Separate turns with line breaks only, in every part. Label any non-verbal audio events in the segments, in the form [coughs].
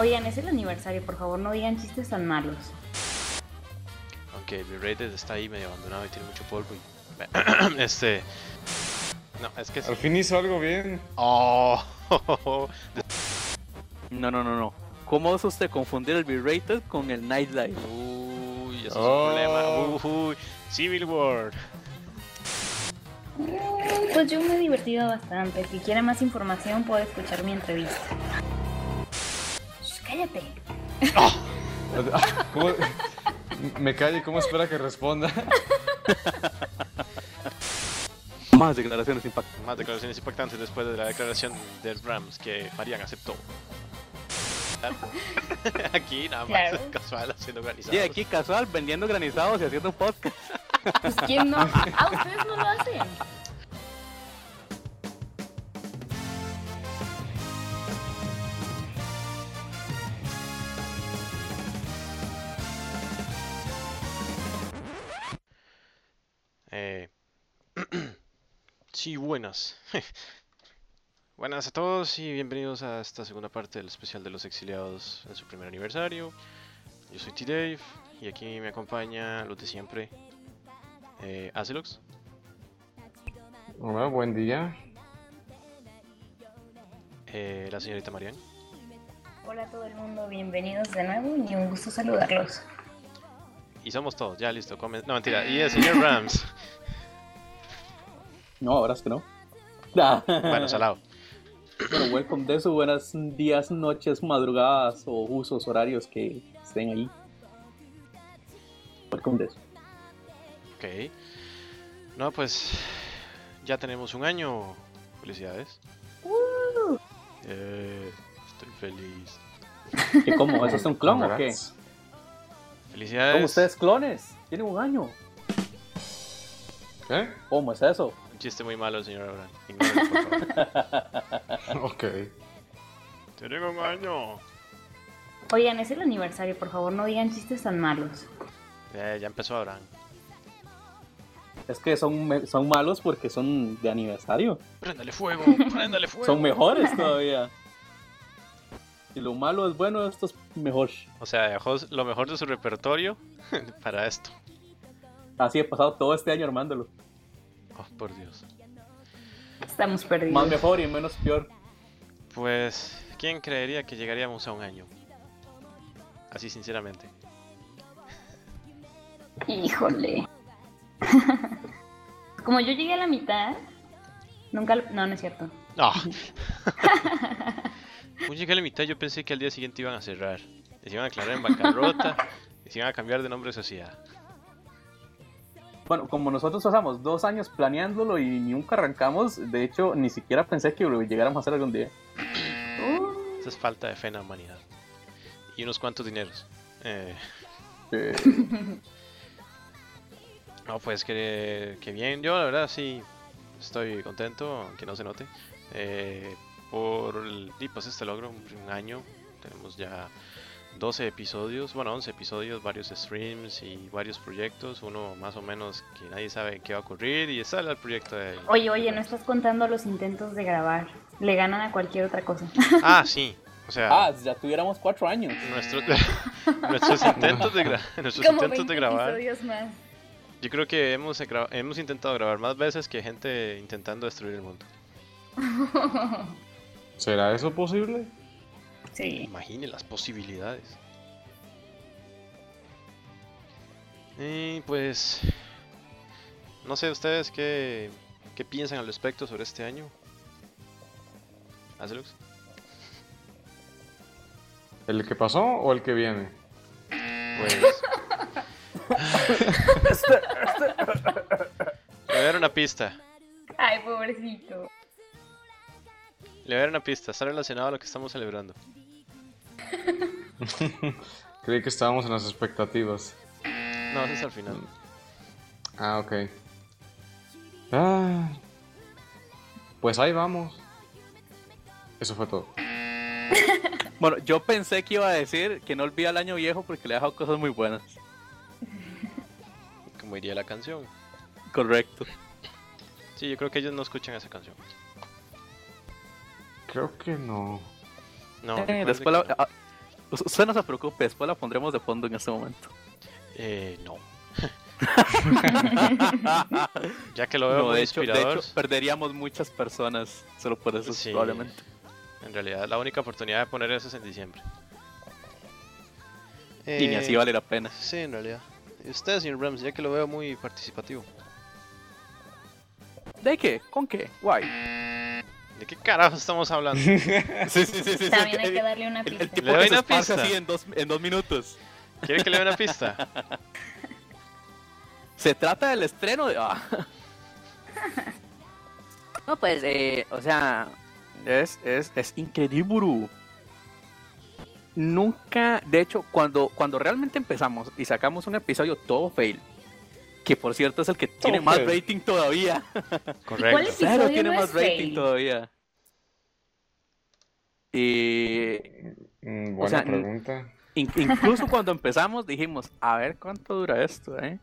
Oigan, es el aniversario, por favor, no digan chistes tan malos.
Aunque el Rated está ahí medio abandonado y tiene mucho polvo y... [clears throat] este... No, es que... es-
Al fin hizo algo bien.
Oh, [laughs]
No, no, no, no. ¿Cómo es usted confundir el B-rated con el nightlife?
Uy, eso
Oh.
es un problema. Uy, Civil War.
Pues yo me he divertido bastante. Si quiere más información puede escuchar mi entrevista. Shh, cállate.
¿Cómo- Me calle, ¿cómo espera que responda?
Más declaraciones impactantes.
Más declaraciones impactantes después de la declaración de Rams que Marian aceptó. Aquí nada más,
Claro.
[laughs] casual, haciendo organizado.
Y aquí casual, vendiendo granizados y haciendo un podcast.
Pues quién no. Ah, ustedes no lo hacen.
Eh, [clears throat] sí, buenas. [laughs] buenas a todos y bienvenidos a esta segunda parte del especial de los exiliados en su primer aniversario. Yo soy T-Dave y aquí me acompaña los de siempre. Eh, Acelox,
Hola, buen día.
eh, la señorita Marian
Hola a todo el mundo, bienvenidos de nuevo y un gusto saludarlos.
y somos todos, ya listo. comen- No, mentira, y el señor Rams.
No, ahora es que no. [laughs]
bueno, salado.
Bueno, welcome de su buenas días, noches, madrugadas o usos horarios que estén ahí. Welcome de eso.
Ok. No, pues ya tenemos un año. Felicidades. Eh, estoy feliz.
¿Qué cómo? ¿Eso es un clon o qué?
Congrats.
Felicidades.
¿Cómo ustedes clones? Tienen un año.
¿Qué?
¿Cómo es eso?
Un chiste muy malo, señor Abraham. Ignórelo, por [laughs] favor.
Ok.
Tienen un año.
Oigan, es el aniversario, por favor, no digan chistes tan malos.
Eh, ya empezó Abraham.
Es que son, me- son malos porque son de aniversario.
Préndale
[laughs]
fuego, préndale fuego.
Son mejores todavía. Si lo malo es bueno, esto es mejor.
O sea, dejó lo mejor de su repertorio [laughs] para esto.
Así he pasado todo este año armándolo.
Oh, por Dios.
Estamos perdidos.
Más mejor y menos peor.
Pues, ¿quién creería que llegaríamos a un año? Así sinceramente.
Híjole. [laughs] Como yo llegué a la mitad, nunca... lo- No, no es cierto.
[laughs] No. Un llegué a la mitad, yo pensé que al día siguiente iban a cerrar. Les iban a aclarar en [laughs] bancarrota. les iban a cambiar de nombre de sociedad.
Bueno, como nosotros pasamos dos años planeándolo y nunca arrancamos, de hecho, ni siquiera pensé que lo llegáramos a hacer algún día.
Uh,
Esa es falta de fe en la humanidad. Y unos cuantos dineros. Eh,
Eh,
no, pues que, que bien. Yo, la verdad, sí estoy contento, aunque no se note. eh, por el, y pues este logro, un un año. Tenemos ya 12 episodios, bueno, 11 episodios, varios streams y varios proyectos. Uno más o menos que nadie sabe qué va a ocurrir. Y sale el proyecto de.
Oye, oye, no estás contando los intentos de grabar. Le ganan a cualquier otra cosa.
[laughs] Ah, sí. O sea,
ah, ya tuviéramos cuatro años.
nuestros, [laughs] nuestros intentos de, gra-
[laughs]
nuestros intentos de grabar.
episodios más.
Yo creo que hemos, eh, gra- hemos intentado grabar más veces que gente intentando destruir el mundo.
¿Será eso posible?
Sí.
Imagine las posibilidades. Y pues. No sé ustedes qué, qué piensan al respecto sobre este año. Azelux.
¿El que pasó o el que viene?
Pues. [laughs] Le voy a dar una pista.
Ay, pobrecito.
Le voy a dar una pista. Está relacionado a lo que estamos celebrando.
Creí que estábamos en las expectativas.
No, eso es al final.
Ah, ok. Ah, pues ahí vamos. Eso fue todo.
Bueno, yo pensé que iba a decir que no olvida el año viejo porque le ha dejado cosas muy buenas.
Como diría la canción.
Correcto.
Sí, yo creo que ellos no escuchan esa canción.
Creo que no.
No,
Eh,
recuerde
Eh,
después la-
que no.
ah,
Usted no se preocupe, después la pondremos de fondo en
[laughs]
este momento.
Eh, no. ya que Ah, lo veo
No,
muy
de hecho, de
inspirador.
hecho, perderíamos muchas personas solo por eso,
Sí.
probablemente.
En realidad, la única oportunidad de poner eso es en diciembre.
Y ni así
Eh,
vale la pena.
Sí, en realidad. Y usted, señor Brams, ya que lo veo muy participativo.
¿De qué? ¿Con qué? Guay.
¿De qué carajo estamos
[laughs]
hablando?
Sí, sí, sí,
También
sí. sí,
hay
el-
que darle una
el, el
pista.
tipo
Le doy
que se
una
esparce
pista.
así en dos, en dos minutos.
¿Quiere que le dé una pista?
Se trata del estreno de. ah. [laughs] No, pues, eh, o sea, es, es, es increíble. Nunca, de hecho, cuando, cuando realmente empezamos y sacamos un episodio todo fail, que por cierto es el que tiene más
fail.
rating todavía.
cuál
Correcto.
es-
[laughs] Claro,
Episodio
tiene
no
más
es
rating
fail.
todavía. Y
Mm, Buena
O sea,
pregunta.
In- incluso cuando empezamos dijimos, a ver cuánto dura esto, ¿eh?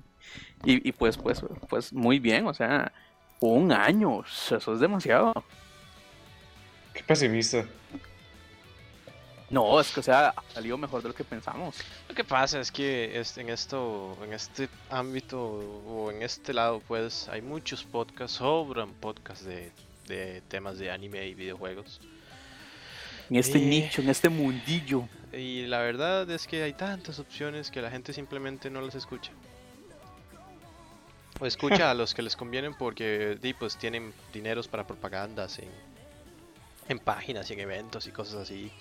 Y, y pues, pues, pues muy bien, o sea, un año, eso es demasiado.
Qué pesimista.
No, es que, o sea, salió mejor de lo que pensamos.
Lo que pasa es que es- en esto, en este ámbito o en este lado, pues, hay muchos podcasts, sobran podcasts de, de temas de anime y videojuegos.
En este
Eh.
nicho, en este mundillo.
Y la verdad es que hay tantas opciones que la gente simplemente no las escucha. O escucha a los que les convienen porque di, pues, tienen dineros para propagandas en, en páginas y en eventos y cosas así.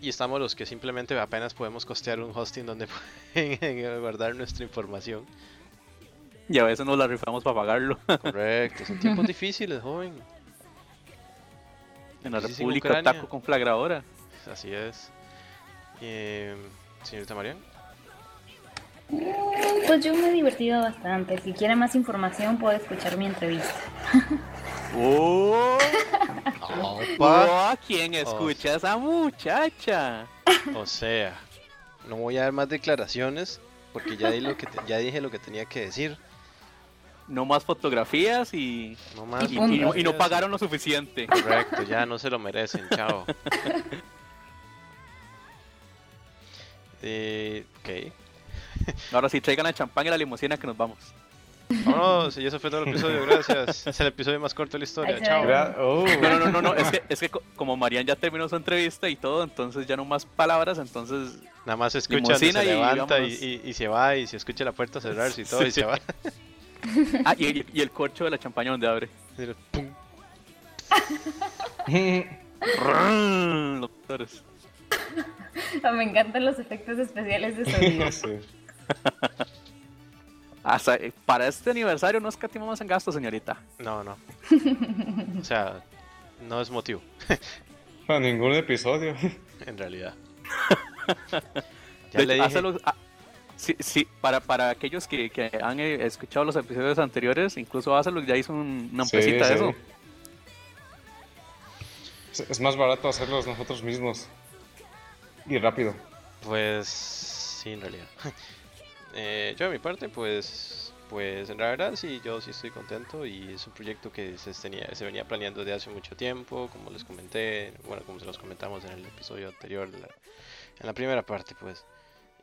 Y estamos los que simplemente apenas podemos costear un hosting donde [laughs] pueden guardar nuestra información.
Y a veces nos la rifamos para pagarlo [laughs]
Correcto, son tiempos difíciles, joven.
en la
Sí, sí, en
República
Ucrania.
Taco Conflagradora.
Así es. Eh, señorita Marian,
Pues yo me he divertido bastante. Si quiere más información puede escuchar mi entrevista.
¡Oh!
Opa.
¿Quién escucha a esa muchacha?
o sea, no voy a dar más declaraciones porque ya, di lo que te- ya dije lo que tenía que decir.
No más fotografías y,
No más.
y- y
punto.
no- y no pagaron lo suficiente.
Correcto, ya no se lo merecen,
[laughs]
chao. Eh, ok.
Ahora sí, traigan la champán y la limusina que nos vamos.
Vámonos, y eso fue todo el episodio, gracias. Es el episodio más corto de la historia,
Ahí se
chao.
ve.
Gra- oh.
No, no, no, no, no, es que, es que co- como Marian ya terminó su entrevista y todo, entonces ya no más palabras, entonces
Nada más se escucha, se
Limusina y
levanta y,
vámonos.
y- y se va, y se escucha la puerta cerrarse y todo, y se va. [laughs]
ah, y, el- y el corcho de la champaña
[laughs]
donde abre.
Y lo- pum.
oh.
[laughs] Brrrr, Los motores.
Ah, Me encantan los efectos especiales de sonido.
[laughs] Sí.
Hasta eh, para este aniversario no escatimamos en gastos, señorita.
No, no. O sea, no es motivo,
Para
[laughs]
ningún episodio.
en
[laughs]
realidad.
De hecho, hace los- ah, sí, sí, para, para aquellos que, que han eh, escuchado los episodios anteriores, incluso Hazaluk ya hizo un- una
pues
Sí,
pesita de
sí.
eso.
Es- Es más barato hacerlos nosotros mismos. Y rápido.
Pues sí, en realidad. [laughs] Eh, yo de mi parte, pues, pues en realidad sí, yo sí estoy contento y es un proyecto que se, tenía, se venía planeando desde hace mucho tiempo, como les comenté, bueno, como se los comentamos en el episodio anterior, la- en la primera parte, pues.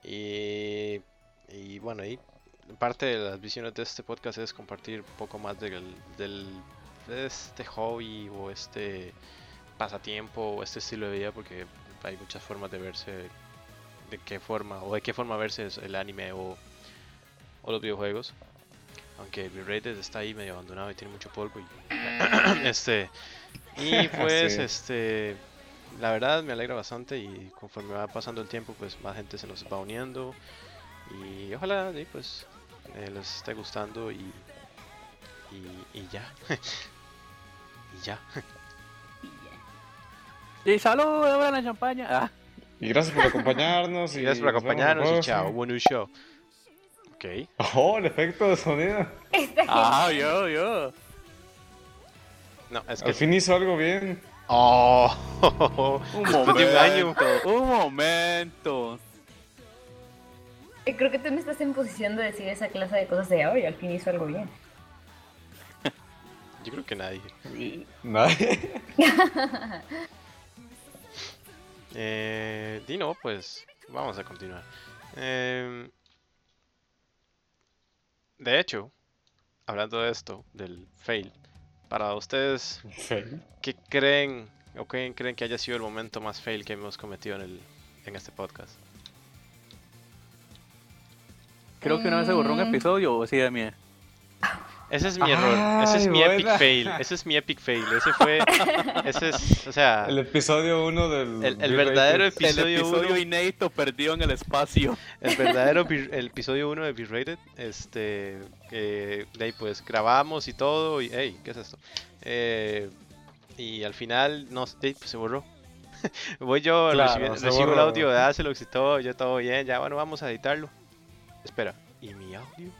Y, y bueno, y parte de las visiones de este podcast es compartir un poco más del, del, de este hobby o este pasatiempo o este estilo de vida, porque hay muchas formas de verse de qué forma o de qué forma verse es el anime o, o los videojuegos. Aunque B-Rated está ahí medio abandonado y tiene mucho polvo y [clears throat] este y pues
Sí.
este la verdad me alegra bastante y conforme va pasando el tiempo pues más gente se nos va uniendo y ojalá sí, pues eh, les esté gustando y y, y ya [laughs] y ya
Y salud, abran la champaña. Ah,
Y gracias por acompañarnos. y
gracias por
nos vemos
acompañarnos [laughs] y
luego,
chao
sí.
buen show ok
[laughs] Oh, el efecto de sonido.
ah, yo, yo.
no es que
Al fin hizo algo bien.
Oh, [laughs]
Un
Después de un año.
momento, un momento.
Eh, Creo que tú no estás en posición de decir esa clase de cosas de hoy. Al fin hizo algo bien.
yo [laughs] creo que nadie.
Nadie.
Eh, y no, pues vamos a continuar. Em, de hecho, hablando de esto, del fail, para ustedes,
Fail.
¿qué creen o qué creen que haya sido el momento más fail que hemos cometido en, el, en este podcast?
Creo que una vez se borró un
Mm.
episodio o sí, mía.
Ese es mi error, ese es
Ay,
mi epic
buena.
fail, ese es mi epic fail, ese fue, ese es, o sea,
El episodio 1 del.
El- el
Bill
verdadero
Rated.
El
Episodio
episodio
uno.
inédito perdido en el espacio.
El verdadero epi- el episodio 1 de B-Rated, este, que de ahí pues grabamos y todo, y hey, ¿qué es esto? Eh, y al final, no, sé, pues, se borró. [laughs] Voy yo,
Claro,
recibiendo-
se
recibo el
borró.
audio de Azelox y todo, ya todo bien, ya bueno, vamos a editarlo. Espera, ¿y mi audio?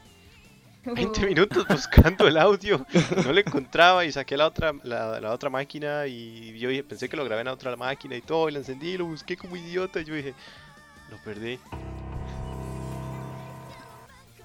20 minutos buscando el audio, no lo encontraba y saqué la otra, la, la otra máquina y yo dije- pensé que lo grabé en la otra máquina y todo, y lo encendí, lo busqué como idiota, y yo dije, lo perdí.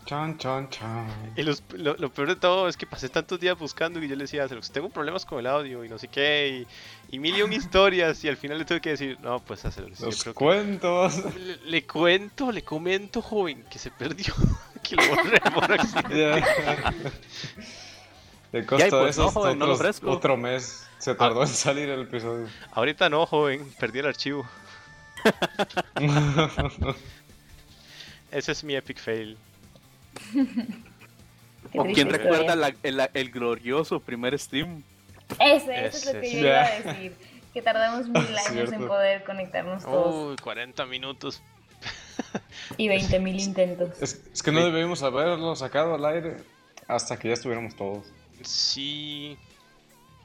Chan, chan, chan.
Y los- lo, lo peor de todo es que pasé tantos días buscando y yo le decía, Azelux, tengo problemas con el audio y no sé qué, y, y mil y un historias, y al final le tuve que decir, no, pues Azelux, yo
Los
creo que- [laughs]
cuentos. [laughs]
Le, le cuento, le comento, joven, que se perdió, [laughs] que lo borré por accidente.
Ya. Le costó
pues,
esos
no, joven, no lo
otros-
ofrezco.
otro mes. Se tardó
Ah.
en salir el episodio.
Ahorita no, joven, perdí el archivo. Ese es mi epic fail.
Qué
¿O
triste ¿eh?
quién
historia.
recuerda la- el, el glorioso primer stream?
Ese, eso es
Ese,
lo que
sí.
yo iba a decir. Que tardamos mil años
Cierto.
en poder conectarnos todos.
Uy, 40 minutos.
Y 20 mil [laughs] intentos.
es, es que no debíamos haberlo sacado al aire hasta que ya estuviéramos todos.
Sí,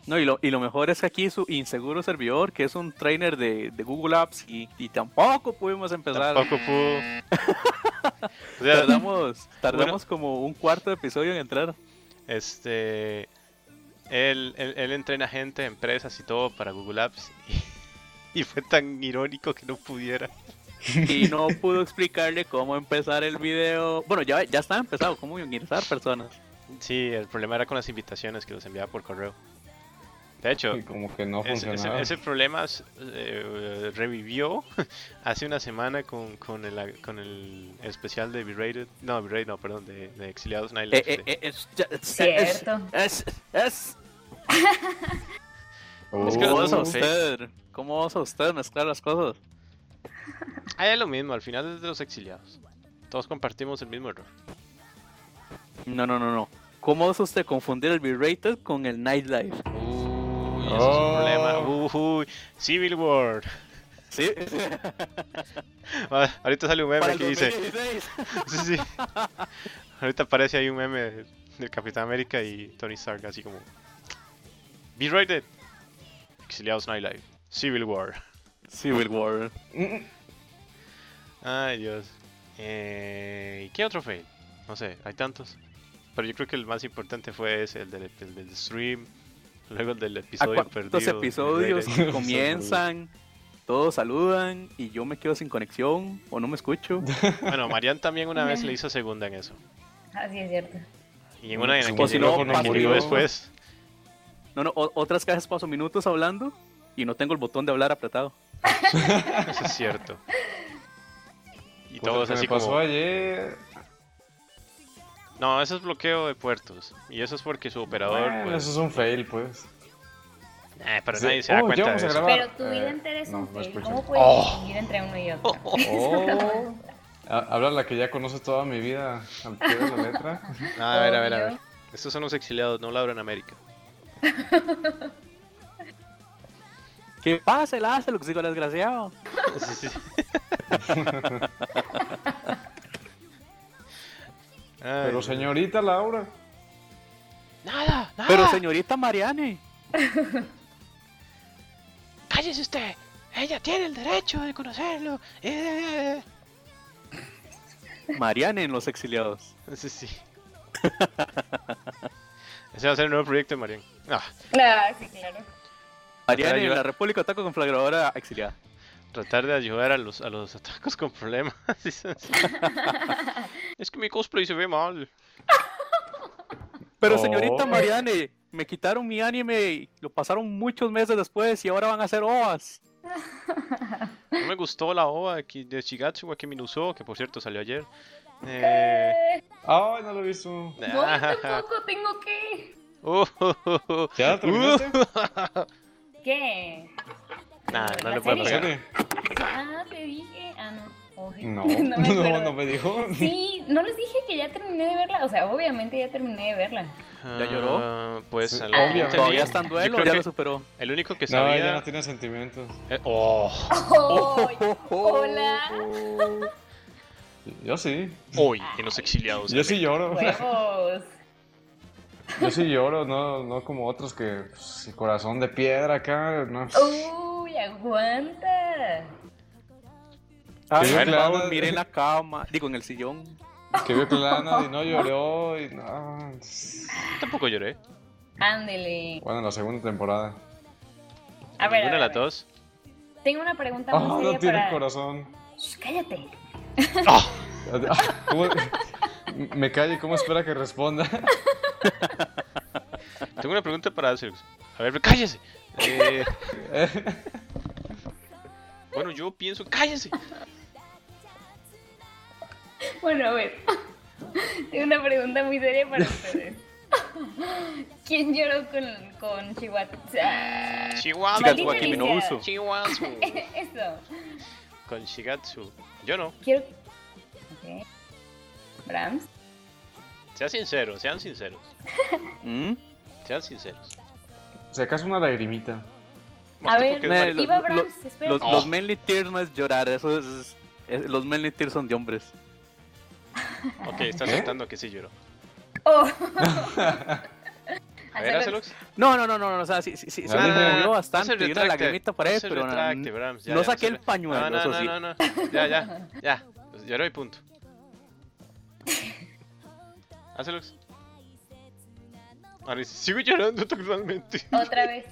No, y lo, y lo mejor es que aquí su inseguro servidor, que es un trainer de, de Google Apps, y, y tampoco pudimos empezar.
tampoco [laughs] pudo. O sea,
[laughs] Tardamos, tardamos como un cuarto de episodio en entrar.
Este. Él, él, él entrena gente, empresas y todo para Google Apps. Y, [laughs] y fue tan irónico que no pudiera.
Y [laughs] no pudo explicarle cómo empezar el video. Bueno, ya, ya estaba empezado, cómo ingresar personas.
Sí, el problema era con las invitaciones que los enviaba por correo. De hecho,
Y como que no
ese,
funcionaba.
ese- ese problema s- eh, revivió [laughs] hace una semana con, con, el, con el especial de B-Rated. No, B-Rated, no, perdón, de, de Exiliados Night
Eh,
Live,
eh,
de-
eh, es, ya- es-
Cierto.
Es, es,
Oh.
Es que
¿Cómo
los
vas a
dos son
usted? ¿Cómo vas a usted mezclar las cosas?
Ah, es lo mismo, al final es de los Exiliados. Todos compartimos el mismo error.
No, no, no, no. ¿Cómo vas a usted confundir el B-rated con el nightlife?
Uy, eso
Oh.
es un problema. Uy, Civil War.
Sí.
Ah, Ahorita sale un meme
[laughs] Para el
que dice.
2016.
Sí, sí. Ahorita aparece ahí un meme de- del Capitán América y Tony Stark, así como. Be rated. Exiliados Nightlife. Civil War.
Civil War.
Mm,
Ay, Dios. Eh, ¿y ¿Qué otro fail? No sé, hay tantos. Pero yo creo que el más importante fue ese, el del, el del stream. Luego el del
¿A
episodio
cuántos
perdido.
episodios
Be rated.
Rated.
[laughs] comienzan? Todos saludan y yo me quedo sin conexión o no me escucho.
[laughs] Bueno, Marian también una vez le hizo segunda en eso.
Así es cierto.
Y en una en la
Su
que
si
llegó,
no,
escribió
murió.
después.
No, no, o- otras cajas paso minutos hablando y no tengo el botón de hablar apretado.
Eso es cierto. Y
puta,
todos
se me
así
pasó
como...
ayer.
No, eso es bloqueo de puertos. Y eso es porque su operador...
Bueno,
pues,
eso es un
[laughs]
fail, pues.
eh, pero
Sí.
nadie se da
Oh,
cuenta
ya
de
vamos a
eso.
grabar.
Pero tu
Eh,
vida entera es
no,
un
no
fail.
escucho.
¿Cómo puedes
Oh.
distinguir entre uno y otro?
Oh. Ha- Habla la que ya conoce toda mi vida al pie de la
[laughs]
letra.
Ah, a ver, a ver, a ver.
Obvio.
Estos son los exiliados, no Laura en América.
¿Qué pasa? El hace lo que digo, desgraciado.
Sí, sí. Ay,
Pero
no.
señorita Laura.
Nada, Ah, nada.
Pero señorita Mariani.
Cállese usted. Ella tiene el derecho de conocerlo. Eh.
Mariani en los exiliados.
Sí, sí. [laughs] Ese va a ser el nuevo proyecto de Marian. Ah,
Claro, sí, claro.
Mariani en
ayuda.
la República Taco Conflagradora exiliada.
tratar de ayudar a los, a los atacos con problemas. [laughs] Sí, sí,
[laughs]
sí. es que mi cosplay se ve mal.
Pero
Oh.
señorita Mariani, me quitaron mi anime y lo pasaron muchos meses después y ahora van a hacer OAS.
No me gustó la OVA de Ki- de Shigatsu wa Kiminuso, que por cierto salió ayer. Eh,
Ah, no lo he visto.
Voy tampoco tengo que.
Uh, uh, uh, uh.
¿Ya la terminaste?
¿Qué?
Nah, no
¿La
le puedo
serie?
pegar.
Pégale.
[laughs] Ah, te dije. Ah, [laughs] no. Oje.
No,
me acuerdo.
[laughs] no, no me dijo.
Sí, no les dije que ya terminé de verla. O sea, obviamente ya terminé de verla.
Ah,
¿Ya lloró?
Pues
Sí,
a lo que
obviamente.
entendí,
Todavía está en
yo
duelo,
creo
ya
que
lo superó.
el único que
No, ella
sabía.
no tiene sentimientos.
eh, oh,
[laughs]
hola.
Yo sí.
hoy Pues en los exiliados.
Yo sí lloro.
Huevos.
Yo sí lloro, no, no como otros que pues, el corazón de piedra acá. No.
Uh. Uy, aguanta.
Ah,
Sí,
bueno,
claro.
vamos, mire en la cama, digo en el sillón.
Que vio que Lana y no lloró y no.
Tampoco lloré.
Ándele.
Bueno, la segunda temporada.
A ver, a
Ninguna de
ver,
las
a ver.
dos.
[laughs] Tengo una pregunta
Ah,
muy seria
no tiene
para-
corazón. [laughs]
Shh, cállate.
Ah, ¿cómo- Me calle, ¿cómo espera que responda? [laughs]
Tengo una pregunta para Celux. A ver, cállese.
[laughs]
Eh, bueno, yo pienso, cállese.
Bueno, a ver. [laughs] Tengo una pregunta muy seria para ustedes. ¿Quién lloró con, con Chihuahua? Ah,
Chihuahua.
Maldita
Shigatsu wa Kimi no
iniciada.
Uso.
Chihuahua.
[laughs] Eso.
Con Shigatsu. Yo no.
Quiero. Ok. Brahms.
Sean sinceros, sean sinceros.
¿Mm?
Sean sinceros.
Si acaso una lagrimita.
Más
A
que
ver,
porque es
Nel,
mari-
los-
Iba Brahms,
los-
espera.
Los,
Oh.
los manly tears no es llorar, eso es, es- los manly tears son de hombres.
Ok, está
¿Qué?
aceptando que sí lloró.
Oh. [laughs]
A ver, Acelux.
No, no, no, no, no, o sea, sí, sí, sí, se
Ah,
me movió
No
bastante
se
y una
retracte,
lagrimita por ahí,
no se
pero na-
retracte,
no,
Brahms, ya, ya,
saqué
se
el
re-
pañuelo,
No, no,
eso
no,
sí.
no, no. Ya, ya, ya. Pues Lloró y punto. Acelux. Ahora dice, sigo llorando totalmente.
Otra vez.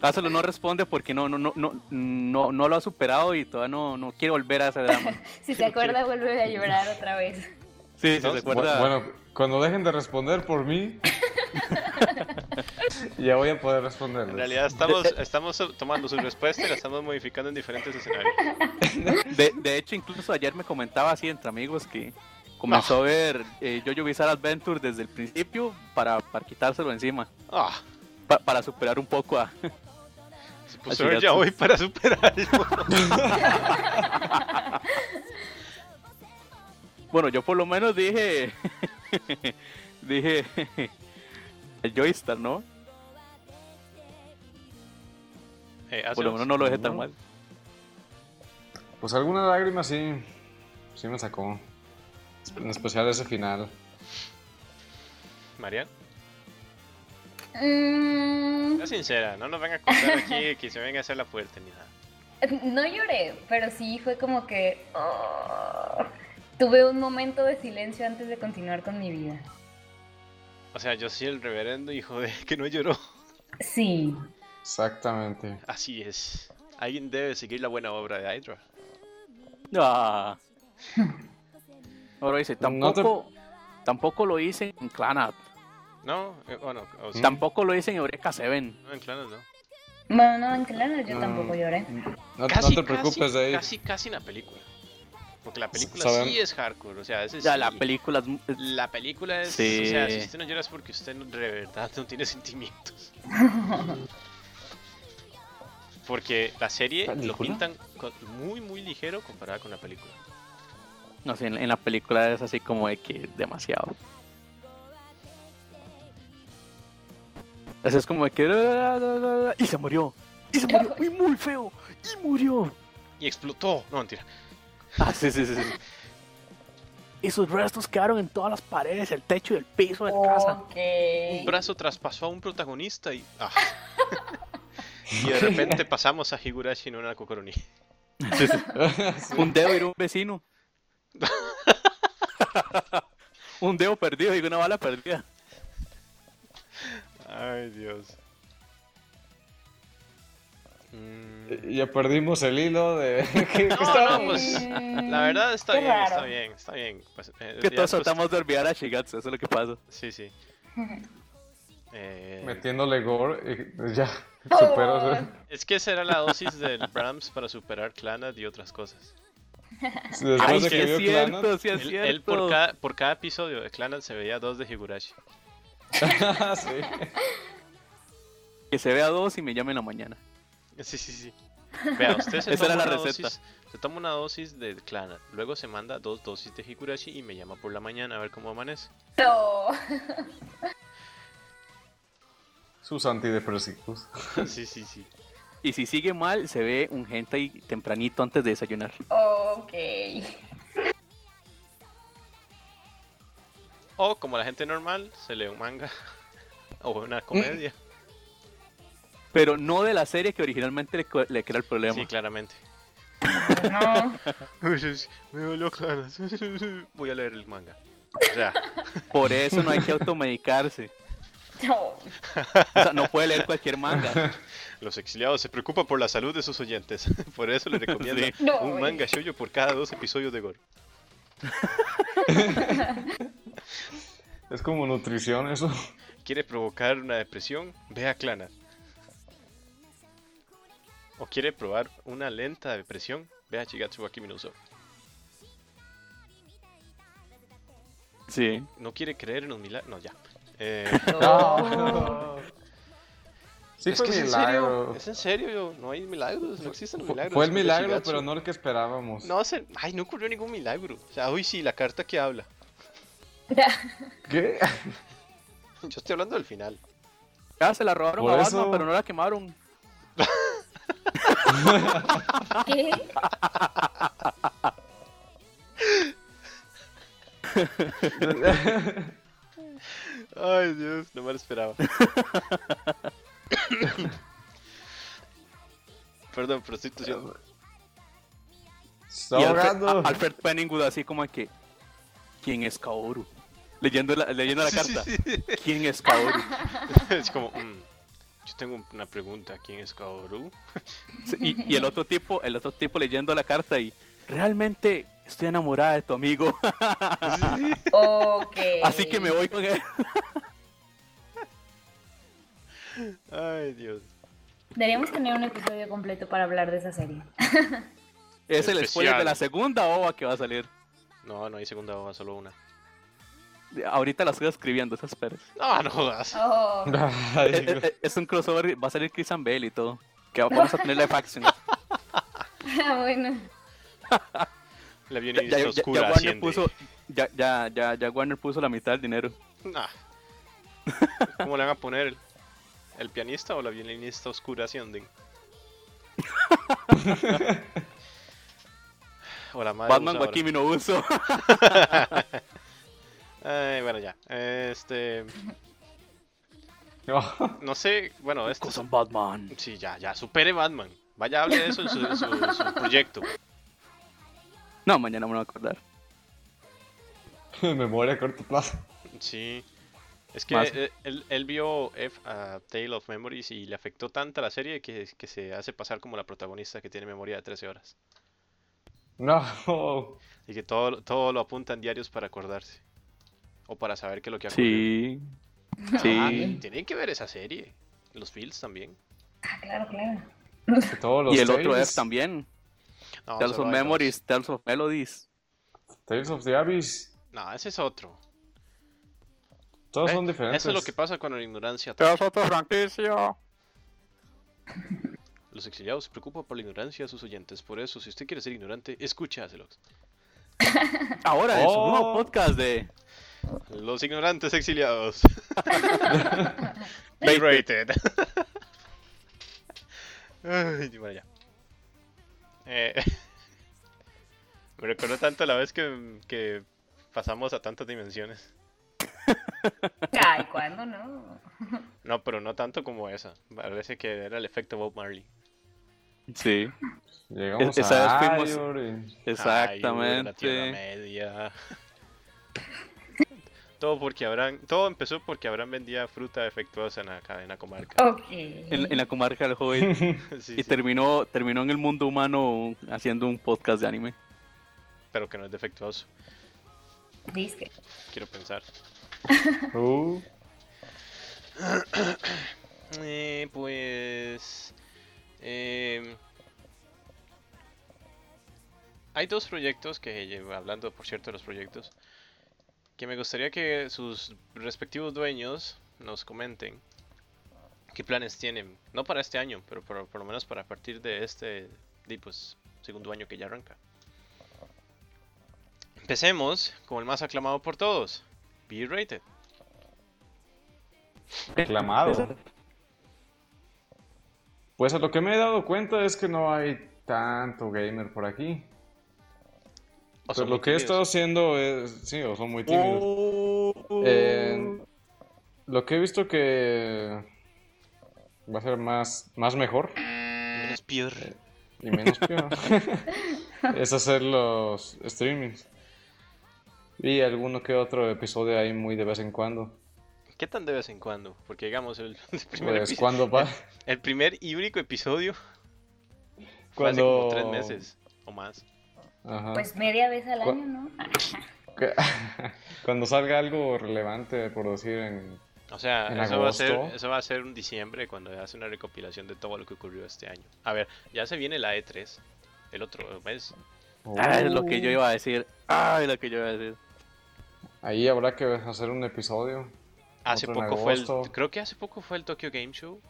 Hazlo no responde porque no, no, no, no, no, no lo ha superado y todavía no, no quiere volver a
[laughs]
ese drama.
Si se acuerda, vuelve a llorar otra vez.
Sí, sí,
No,
se
Bu-
acuerda.
Bueno, cuando dejen de responder por mí, [laughs] ya voy a poder responderles.
Pues,
En realidad estamos, estamos tomando su respuesta y la estamos modificando en diferentes
[laughs]
escenarios.
De, de hecho, incluso ayer me comentaba así entre amigos que comenzó a ver eh, Jojo Bizarre Adventure desde el principio para, para quitárselo encima,
Ah,
pa- para superar un poco a... [laughs]
se
Así
puso a ver
es.
ya hoy para
[laughs]
superarlo.
Bueno, yo por lo menos dije... [laughs] dije... [laughs] el Joystar, ¿no?
Eh,
Por lo
Acelux,
menos no lo dejé tan
¿no?
mal.
Pues alguna lágrima sí, sí me sacó. En especial ese final.
Marian,
Mm,
sea sincera, no nos venga a contar aquí que se venga a hacer la puerta ni nada.
no lloré, pero sí fue como que. oh, tuve un momento de silencio antes de continuar con mi vida.
O sea, yo soy el reverendo hijo de que no lloró.
Sí.
Exactamente.
Así es. Alguien debe seguir la buena obra de Hydra.
[laughs] Ah. Ahora dice,
No te-
tampoco, tampoco lo hice en Clanat,
No, eh, bueno, o
¿Mm?
sea,
tampoco lo hice en Eureka Seven.
no en clanes, no.
Bueno, no, en claro, yo
Mm.
tampoco lloré.
No, no te preocupes
casi,
de ahí.
Casi, casi en la película. Porque la película
Saben-
sí es hardcore. O sea, ese
Ya
sí.
la película es mu- es-
La película es.
Sí.
O sea, si usted no llora es porque usted no- de verdad no tiene [laughs]
[laughs]
sentimientos. Porque la serie lo
¿Película?
pintan co- muy, muy ligero comparada con la película.
No sé, en, en la película es así como de que demasiado. Así es como de que. Y se murió. Y se murió. Y muy feo. Y murió.
Y explotó. No, mentira.
Ah, sí, sí, sí. sí. Y sus restos quedaron en todas las paredes, el techo y el piso
Oh.
de la casa.
Ok.
Un brazo traspasó a un protagonista y.
[laughs]
ah. y de repente pasamos a Higurashi no Naku Koroni.
Sí, sí. Un dedo era un vecino. [laughs] un dedo perdido y una bala perdida.
Ay, Dios. Mm,
Ya perdimos el
[laughs]
hilo de [laughs] que
[laughs]
No,
estábamos.
no, pues la verdad está
Qué
bien,
raro.
está bien, está bien. Pues, eh,
Que
ya después-
todos
[laughs]
tratamos de olvidar a Shigatsu, eso es lo que pasa.
Sí, sí. Eh,
Metiéndole gore, eh, ya.
Oh.
Supero eso.
es que esa era la dosis del Brahms para superar Clanad y otras cosas.
Después
Ay,
de
sí
que
es
vio
cierto,
Clannad.
sí es
Él,
cierto.
él por, cada, por cada episodio de Clanad se veía dos de Higurashi.
Ah, [laughs] sí.
Que se vea dos y me llame en la mañana.
Sí, sí, [laughs] sí. Vea, usted se
Esa
toma
era la
una
receta.
dosis, se toma una dosis de Clanad, luego se manda dos dosis de Higurashi y me llama por la mañana a ver cómo amanece. [laughs]
No.
Sus antidepresivos.
Sí, sí, sí.
Y si sigue mal, se ve un gente ahí tempranito antes de desayunar.
Ok.
O como la gente normal, se lee un manga [laughs] o una comedia.
Mm. Pero no de la serie que originalmente le, co- le crea el problema.
Sí, claramente.
No.
Me voló Clanad. [laughs] Voy a leer el manga. O sea,
Por eso no hay que automedicarse.
[laughs]
No.
O sea, no puede leer
[laughs]
cualquier manga.
los exiliados se preocupan por la salud de sus oyentes. [laughs] Por eso les recomiendo
Sí.
No,
un
güey.
manga shoujo por cada dos episodios de Gore.
Es como nutrición eso.
¿Quiere provocar una depresión? Ve a Clannad. ¿O quiere probar una lenta depresión? Ve a Shigatsu wa Kimi no Uso.
Sí.
¿No quiere creer en un milagro? No, ya. [laughs] Eh,
No.
Sí,
es
fue
que es en
milagro.
serio. Es en serio, yo- no hay milagros, no existen
Fue-
milagros.
Fue el
solo
milagro,
Shigatsu.
pero no el que esperábamos.
No, se... Ay, no ocurrió ningún milagro. O sea, hoy sí, la carta que habla. [laughs]
¿Qué? [laughs]
Yo estoy hablando del final.
Ya Ah, se la robaron
Por
a
eso-
Batman, pero no la quemaron.
¿Qué?
Ay, Dios, no me lo [laughs] esperaba. Perdón, [laughs] prostitución.
Está
y Alfred,
ahogando.
a- Alfred Penningwood así como que... ¿Quién es Kaoru? Leyendo la, leyendo la carta.
Sí, sí, sí.
¿Quién es Kaoru?
[laughs] Es como, mm, yo tengo una pregunta, ¿quién es Kaoru?
Sí, Y, y el otro tipo, el otro tipo leyendo la carta y realmente estoy enamorada de tu amigo, [laughs]
Ok.
así que me voy con él.
Ay, Dios.
Deberíamos tener un episodio completo para hablar de esa serie.
Es el spoiler
Especial.
de la segunda ova que va a salir.
No, no hay segunda hoja, solo una.
Ahorita la estoy escribiendo, esas [laughs] esperas.
No, no jodas.
[laughs] Oh.
[laughs] Ay,
Es, es- eh, es un crossover, va a salir Chris and Bale y todo. Que vamos a
[laughs]
tener la faction.
Ah, bueno.
La
Ya, ya-
violencia
ya- ya
oscura
Warner
asciende.
puso, ya, ya, ya, ya Warner puso la mitad del dinero.
Nah. ¿Cómo le van a poner? ¿El pianista o la violinista oscura
[laughs]
ascienden? o la madre
Batman
usa ahora.
Wakimi no
[laughs]
uso.
Ay, bueno, ya. Este.
no. [laughs]
No sé, bueno, esto.
Cosas Batman.
Sí, ya, ya. Supere Batman. Vaya, hable de eso en su, en su- en su proyecto.
No, mañana me voy a acordar.
Memoria a corto plazo.
Sí. Es que
Más.
eh, él, él vio F, a Tale of Memories y le afectó tanta la serie que, que se hace pasar como la protagonista que tiene memoria de 13 horas.
No.
Y que todo, todo lo apunta en diarios para acordarse. O para saber qué es lo que ha ocurrido.
Sí.
Ah,
Sí.
tienen que ver esa serie. Los Bills también.
Ah, claro, claro.
que Todos los
Y el otro
Tales-
es también.
No,
Tales
solo
of
hay dos.
Memories, Tales of Melodies.
Tales of the Abyss.
No, ese es otro.
Todos
¿Eh?
son diferentes.
Eso es lo que pasa cuando la ignorancia
es otra franquicia.
Los exiliados se preocupan por la ignorancia de sus oyentes, por eso, si usted quiere ser ignorante, escuche a Celox.
Ahora es un nuevo
Oh.
podcast de
Los ignorantes exiliados.
Veinte.
B-rated. [laughs] Ay, bueno, ya. Eh, [laughs] me recuerdo tanto la vez que, que pasamos a tantas dimensiones.
Ay, ¿cuándo no?
No, pero no tanto como esa. Parece que era el efecto Bob Marley.
Sí,
Llegamos
Es- E-, esa
a
vez fuimos-
Ior y-
Ay, la Tierra
exactamente.
Media. [laughs] Todo porque habrán, todo empezó porque Abraham vendía fruta defectuosa en la cadena comarca.
Ok.
En, en la comarca del Hobbit
[laughs] Sí,
y
sí,
terminó terminó en el mundo humano haciendo un podcast de anime.
pero que no es defectuoso,
Disque.
quiero pensar.
Uh,
Eh, pues, dos proyectos que, llevo- hablando por cierto de los proyectos, que me gustaría que sus respectivos dueños nos comenten qué planes tienen, no para este año, pero por, por lo menos para partir de este di, pues, segundo año que ya arranca. Empecemos con el más aclamado por todos, B-Rated.
Aclamado. Pues a lo que me he dado cuenta es que no hay tanto gamer por aquí.
O
Pero
son muy
Pues lo que he
tímidos.
estado haciendo es. Sí, o son muy tímidos.
Oh.
Eh, lo que he visto que va a ser más, más mejor
Menos peor.
y menos peor [laughs] es hacer los streamings. Y alguno que otro episodio ahí muy de vez en cuando.
¿Qué tan de vez en cuando? Porque digamos, el, [laughs] el primer,
Pues
epi-
cuando va.
el primer y único episodio fue hace
Cuando...
como tres meses o más.
Ajá.
Pues media vez al
Ah. Cu-
año, ¿no? Ah,
Que- [laughs] Cuando salga algo relevante, por decir, en...
O sea,
En
eso va, a ser,
agosto.
eso va a ser un diciembre cuando hace una recopilación de todo lo que ocurrió este año. A ver, ya se viene la E3, el otro pues, mes.
Ah, es lo que yo iba a decir. Ay, lo que yo iba a decir.
Ahí habrá que hacer un episodio.
Hace
Otro en
poco fue el,
agosto.
creo que hace poco fue el Tokyo Game Show.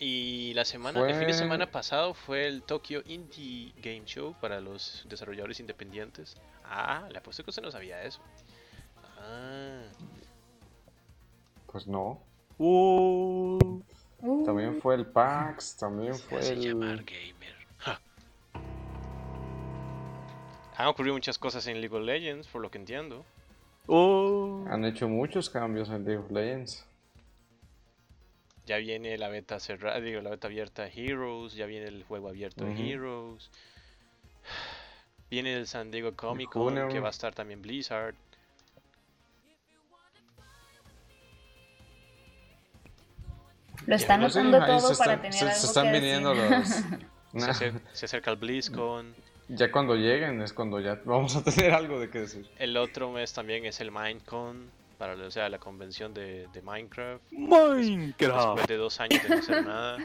Y la semana, el fin
Fue-
de semana pasado fue el Tokyo Indie Game Show para los desarrolladores independientes. Ah, le apuesto que usted no sabía eso. Ah,
Pues no.
Uh,
Uh,
También fue el PAX, también
se
fue
hace llamar
el...
gamer. Ja. Han ocurrido muchas cosas en League of Legends, por lo que entiendo.
uh.
Han hecho muchos cambios en League of Legends.
Ya viene la beta cerrada, digo, la beta abierta de Heroes, ya viene el juego abierto
Ujú.
de Heroes. [sighs] Viene el San Diego Comic Con, que
junio.
va a estar también Blizzard.
Lo están
No sé,
usando
ahí
todo
se
para
están-
tener
se-
algo
se están
que
viniendo
decir. [laughs]
Se,
los...
acer- se acerca
[laughs]
el BlizzCon.
ya cuando lleguen es cuando ya vamos a tener algo de qué decir.
El otro mes también es el Minecon, para, o sea, la convención de, de Minecraft. Después
Oh.
Minecraft.
de dos años de no hacer nada.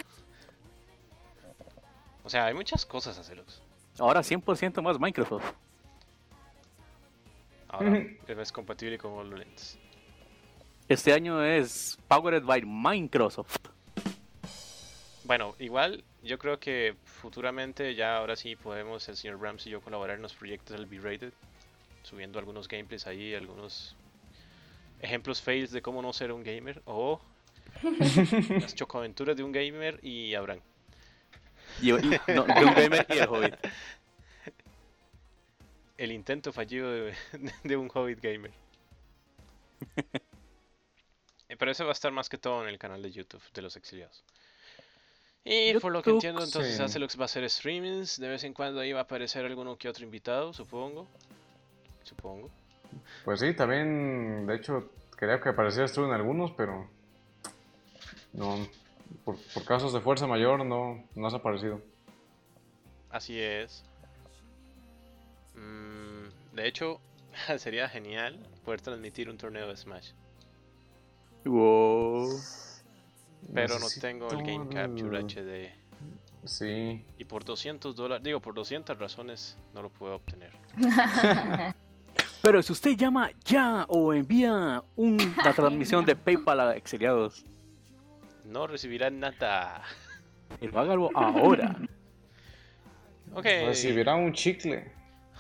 O sea, hay muchas cosas hacerlos.
Ahora 100% más Microsoft.
Ahora
Ujú.
es compatible con HoloLens.
Este año es Powered by Microsoft.
Bueno, igual yo creo que futuramente ya ahora sí podemos el señor Rams y yo colaborar en los proyectos del B-Rated, subiendo algunos gameplays ahí, algunos ejemplos fails de cómo no ser un gamer o las chocoaventuras de un gamer y Abraham.
Y, y- no, de un gamer y el Hobbit.
El intento fallido de, [laughs] de un Hobbit
[laughs]
gamer. Eh, Pero eso va a estar más que todo en el canal de YouTube de los exiliados. Y por lo que
YouTube,
entiendo, entonces
sí.
Acelux va a hacer streamings. De vez en cuando ahí va a aparecer alguno que otro invitado, supongo. Supongo.
Pues sí, también, de hecho, quería que aparecieras tú en algunos, pero... No, por, por casos de fuerza mayor no, no has aparecido.
Así es. Mm, de hecho, [laughs] sería genial poder transmitir un torneo de Smash.
Wow.
Pero no
Necesito
tengo el Game Capture
el-
HD.
Sí,
Y por 200 dólares, digo, por 200 razones no lo puedo obtener.
Pero si usted llama ya o envía un- la transmisión de PayPal a exiliados,
No recibirán nada.
y lo hágalo ahora.
Ok.
recibirá un chicle.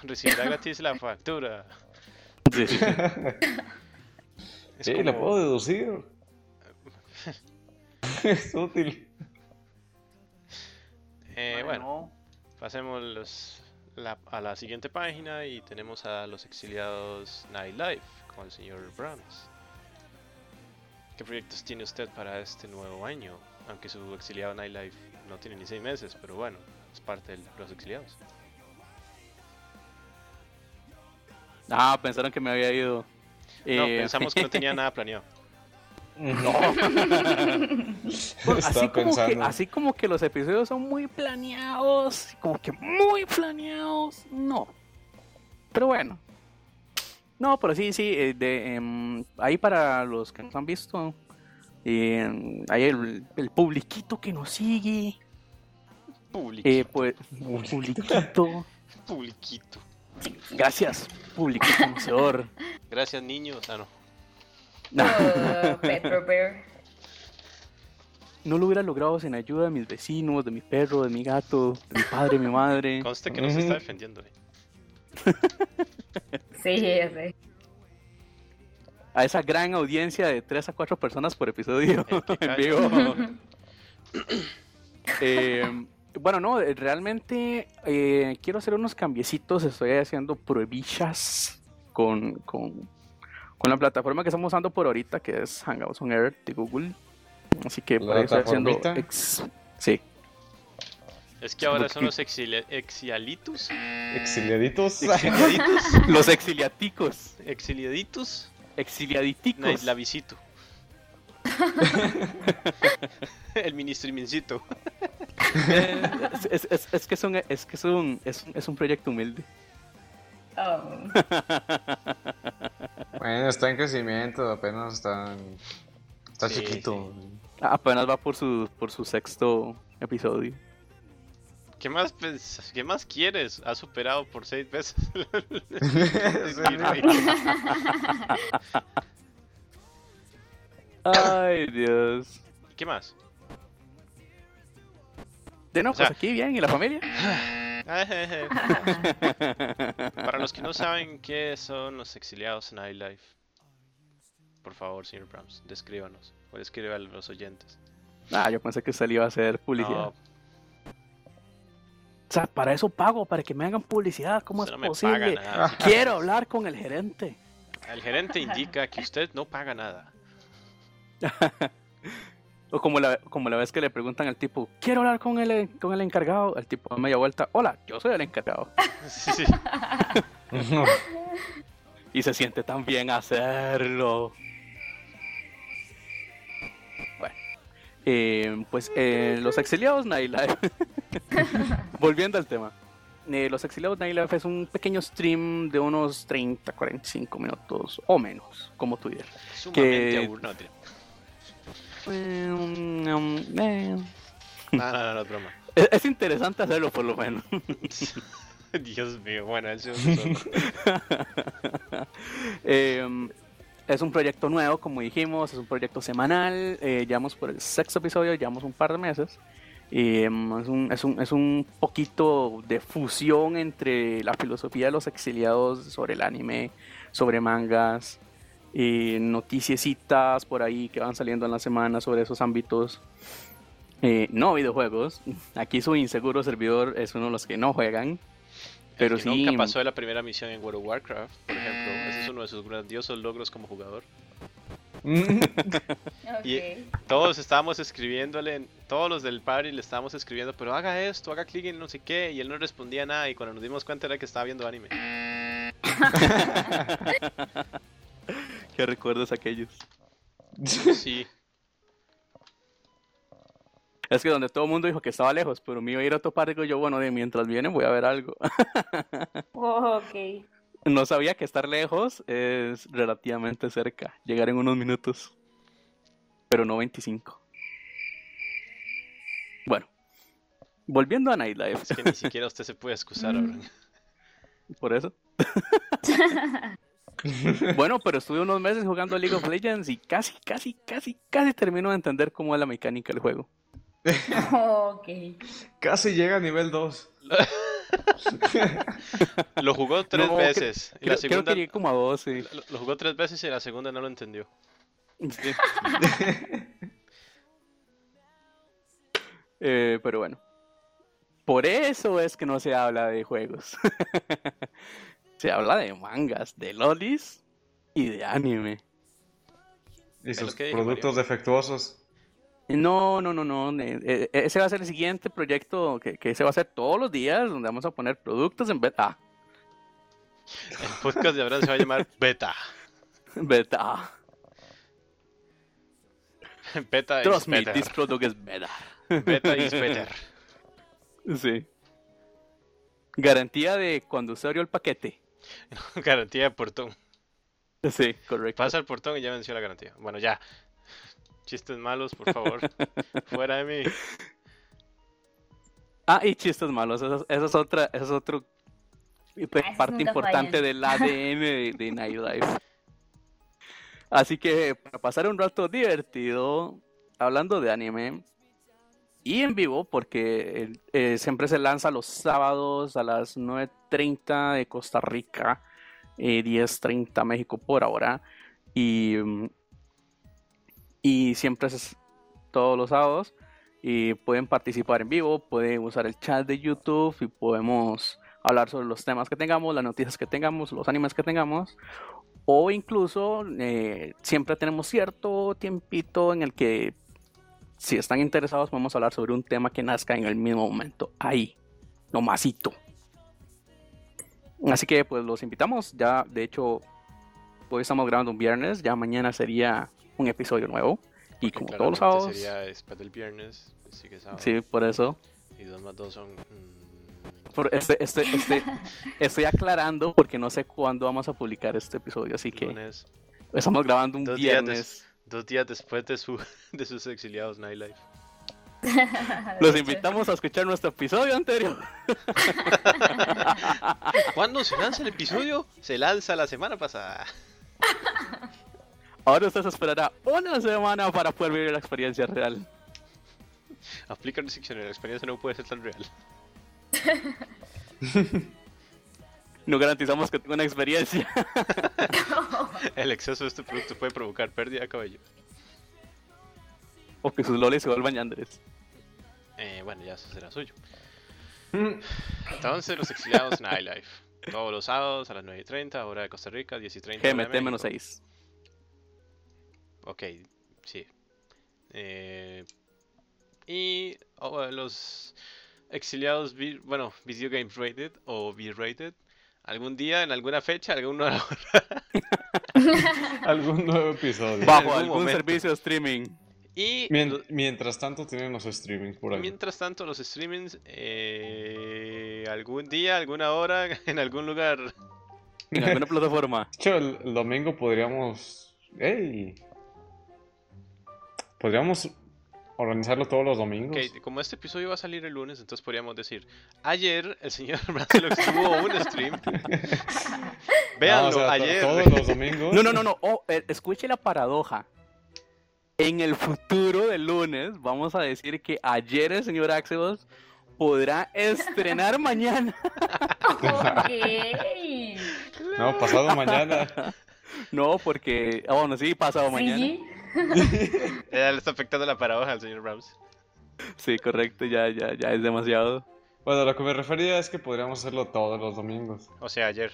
Recibirá gratis
[laughs]
la factura.
Sí, sí, sí.
Es
sí, la
como-
puedo
[laughs]
deducir. es útil.
Eh,
Ay,
bueno,
no.
pasemos los- la- a la siguiente página y tenemos a los exiliados Nightlife con el señor Brahms. ¿Qué proyectos tiene usted para este nuevo año? Aunque su exiliado Nightlife no tiene ni seis meses, pero bueno, es parte de los exiliados.
Ah, pensaron que me había ido.
No,
Eh,
pensamos que no [laughs] tenía nada planeado.
[laughs]
Bueno, [laughs] así,
Estaba
como que,
pensando.
así como que los episodios son muy planeados, como que muy planeados, no. Pero bueno. No, pero sí, sí, eh, de, em, ahí para los que nos han visto, em, ahí el, el publiquito que nos sigue,
Public.
[laughs]
eh, pues, publiquito,
Publiquito.
[laughs]
Gracias, público conocedor.
Gracias, niños. Ah, no.
No,
Oh, Petro Bear.
no lo hubiera logrado sin ayuda de mis vecinos, de mi perro, de mi gato, de mi padre, mi madre.
Conste que no se está defendiendo. eh.
Sí, ya sé.
A esa gran audiencia de 3 a 4 personas
[laughs]
por episodio en
Épica,
vivo.
¿no?
Eh, bueno, no, eh, realmente eh, quiero hacer unos cambiecitos. Estoy haciendo pruebillas con, con, con la plataforma que estamos usando por ahorita, que es Hangouts on Earth de Google. Así que por
¿La
ahí estoy haciendo.
plataformita?
ex- sí,
[laughs]
Es que ahora son los exili- exialitus.
Exiliaditos.
Exiliaditos.
los exiliaticos,
Exiliaditos.
exiliaditicos.
La visito. El ministrimincito.
Eh, es, es- es que es un, es, que es, un, es, un- es un proyecto humilde.
[laughs] Oh.
Bueno, está en crecimiento, apenas está, está
Sí,
chiquito. [laughs]
Apenas va por su, por su sexto episodio.
¿Qué más, pens- ¿Qué más quieres? Ha superado por seis veces. [laughs]
Ay, Dios.
¿Qué más?
De no,
O sea-
pues aquí bien, y la familia.
Para los que no saben qué son los exiliados en iLife, por favor, señor Brahms, descríbanos. O describa a los oyentes.
Ah, yo pensé que usted le iba a hacer publicidad.
No,
O sea, para eso pago, para que me hagan publicidad. ¿Cómo
usted
es
no me paga
posible?
nada. así que
[laughs] Quiero hablar con el gerente.
El gerente indica que usted no paga nada.
O como la, como la vez que le preguntan al tipo, quiero hablar con el, con el encargado. El tipo da media vuelta, hola, yo soy el encargado.
Sí, sí.
Y se siente tan bien hacerlo. Bueno, eh, pues eh, los exiliados Nightlife. [laughs] Volviendo al tema. Eh, los exiliados Nightlife es un pequeño stream de unos 30, 45 minutos o menos, como tú dirás.
[laughs] Sumamente
Que-
aburrido.
Eh, um, um, eh.
No, no, no, no, es broma. [laughs]
Es, es interesante hacerlo por lo menos.
Dios mío, bueno, eso es otro.
Eh, es un proyecto nuevo, como dijimos, es un proyecto semanal. eh, llevamos por el sexto episodio, llevamos un par de meses. Y em, es, un, es, un, es un poquito de fusión entre la filosofía de los exiliados sobre el anime, sobre mangas, y noticiecitas por ahí que van saliendo en la semana sobre esos ámbitos. Eh, no videojuegos. Aquí su inseguro servidor es uno de los que no juegan. [laughs] Pero
El que
sí.
Nunca pasó de la primera misión en World of Warcraft, por ejemplo. Ese es uno de sus grandiosos logros como jugador.
Ok.
Y- Todos estábamos escribiéndole, todos los del party le estábamos escribiendo, pero haga esto, haga clic en no sé qué, y él no respondía nada. Y cuando nos dimos cuenta era que estaba viendo
[laughs]
anime.
¿Qué recuerdos aquellos?
Sí,
Es que donde todo el mundo dijo que estaba lejos, pero me iba a ir a otro parque, yo, bueno, de mientras vienen voy a ver algo. [laughs]
Oh, ok.
No sabía que estar lejos es relativamente cerca, llegar en unos minutos, pero no 25. Bueno, volviendo a Nightlife,
es que ni siquiera usted se puede excusar, Abraham.
Mm. por eso. bueno, pero estuve unos meses jugando League of Legends y casi, casi, casi, casi termino de entender cómo es la mecánica del juego.
Oh,
[laughs]
ok.
[laughs] Casi llega a nivel 2.
Lo jugó tres
No, creo-
veces. y
Creo,
la
creo
segunda,
que llegué como a 12.
lo, lo jugó tres veces y la segunda no lo entendió.
Sí. [laughs] Eh, pero bueno. Por eso es que no se habla de juegos. [laughs] se habla de mangas, de lolis y de anime.
Y
Es lo
sus
que dije,
productos defectuosos. [laughs]
No, no, no, no. ne- eh, eh, Ese va a ser el siguiente proyecto que, que se va a hacer todos los días, donde vamos a poner productos en beta. [laughs]
El podcast de Abraham se va a llamar Beta.
Beta.
Beta is
Trust me,
better.
this product is beta.
Beta
[laughs]
is better.
Sí. Garantía de cuando usted abrió el paquete.
Garantía de portón.
Sí, correcto.
Pasa el portón y ya venció la garantía. Bueno, ya. Chistes malos, por
[laughs]
favor. Fuera de mí.
Ah, y chistes malos. Eso, es- eso es otra, eso es otro Y pues,
Ah, esos
parte
nunca
importante
fallan.
del ADN de, de Nightlife. Así que para pasar un rato divertido hablando de anime y en vivo, porque eh, eh, siempre se lanza los sábados a las 9.30 de Costa Rica, eh, 10.30 México por ahora, y, mm, y siempre es todos los sábados. Y pueden participar en vivo, pueden usar el chat de YouTube y podemos hablar sobre los temas que tengamos, las noticias que tengamos, los animes que tengamos. O incluso eh, siempre tenemos cierto tiempito en el que si están interesados podemos hablar sobre un tema que nazca en el mismo momento. Ahí, nomasito. Así que pues los invitamos. Ya, de hecho, hoy estamos grabando un viernes. Ya mañana sería un episodio nuevo. Y
porque
como todos los
claramente
sábados.
Sería después del viernes, sigue sábado.
Sí, por eso.
Y 2 más 2 son. mm,
Por- este- este- este- estoy aclarando porque no sé cuándo vamos a publicar este episodio, así que
lunes.
estamos grabando un
Dos días,
viernes.
des- dos días después de, su, [laughs] de sus exiliados Nightlife.
Los invitamos a escuchar nuestro episodio anterior.
¿Cuándo se lanza el episodio? Se lanza la semana pasada.
Ahora ustedes esperará una semana para poder vivir la experiencia real.
Aplica restricciones, la experiencia no puede ser tan real.
No garantizamos que tenga una experiencia. [laughs]
El exceso de este producto puede provocar pérdida de cabello.
O que sus loles se vuelvan yandres.
Eh, bueno, ya eso será suyo. Entonces, los exiliados Nightlife. Todos los sábados a las 9.30, hora de Costa Rica, 10.30. hora de México.
GMT-6.
Ok, sí. Eh, y oh, eh, los exiliados, vi- bueno, video games rated o B-rated, algún día, en alguna fecha, alguna
Algún nuevo episodio.
Va.
Bajo
algún
algún
momento.
servicio de streaming.
[laughs] Y
Mien- mientras tanto tienen los streamings por ahí.
mientras tanto, los streamings, eh, algún día, alguna hora, [laughs] en algún lugar.
En alguna plataforma.
De hecho, el, el domingo podríamos. ¡Ey! Podríamos organizarlo todos los domingos.
Ok, como este episodio va a salir el lunes, entonces podríamos decir, ayer el señor [laughs] Bracelox tuvo un stream.
Ah,
Véanlo,
o sea, to-
ayer.
Todos
[laughs]
los domingos.
No, no, no, no. Oh, eh, escuche la paradoja. En el futuro del lunes vamos a decir que ayer el señor Axelos podrá estrenar mañana.
Ok.
No,
[laughs]
pasado mañana.
No, porque, ah, bueno, sí, pasado mañana.
Sí.
Eh, le está afectando la paradoja al señor Rams.
Sí, correcto, ya, ya, ya es demasiado.
Bueno, lo que me refería es que podríamos hacerlo todos los domingos. [laughs]
O sea, ayer.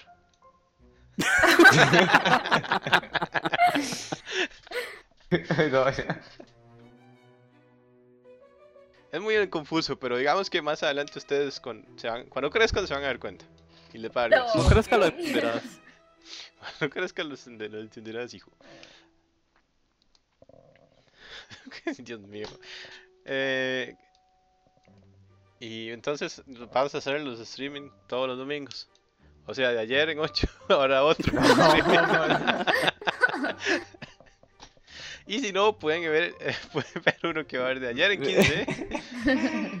No, ya.
Es muy confuso, pero digamos que más adelante ustedes con, se van, cuando crezcan se van a dar cuenta. Y le pagan.
No
Ok.
crees que lo entenderás.
Cuando crezcan los ent- lo entenderás, hijo. [laughs] Dios mío. Eh, y entonces vamos a hacer los streaming todos los domingos. O sea, de ayer en 8, [laughs] ahora otro. [laughs] y si no, pueden ver, eh, [laughs] pueden ver uno que va a haber de ayer en 15.
[laughs]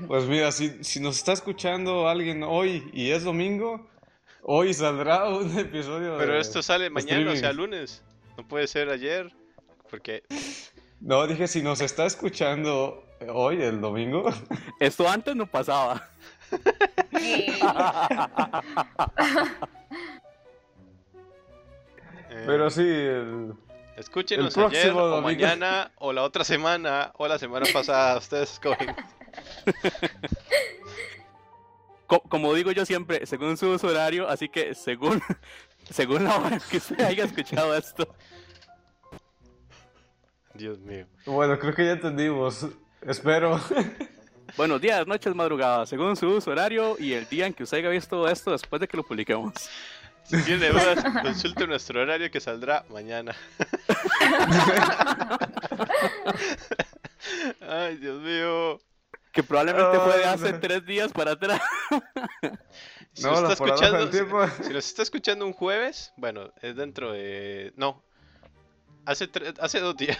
Pues mira, si, si nos está escuchando alguien hoy y es domingo, hoy saldrá un episodio de...
Pero esto sale mañana, o sea,
streaming.
lunes. No puede ser ayer. Porque
No, dije, si nos está escuchando hoy, el domingo.
Esto antes no pasaba.
eh,
Pero sí, el-
escúchenos
el
ayer
próximo
o
domingo.
mañana o la otra semana o la semana pasada. Ustedes
[laughs]
escogen.
Co- como digo yo siempre, según su uso horario, así que según, [laughs] según la hora que usted haya escuchado esto.
Dios mío.
bueno, creo que ya entendimos. Espero.
Buenos días, noches, madrugadas, según su uso horario y el día en que usted haya visto esto después de que lo publiquemos.
Si tiene dudas, consulte nuestro horario que saldrá
[laughs]
mañana. Ay, Dios mío.
Que probablemente fue de
Ay,
hace
no.
tres días para atrás.
[laughs] Si
No,
nos
la
está
paradoja del
escuchando, si-
tiempo.
Si nos está escuchando un jueves, bueno, es dentro de. No. Hace, tre- hace dos
[laughs]
días.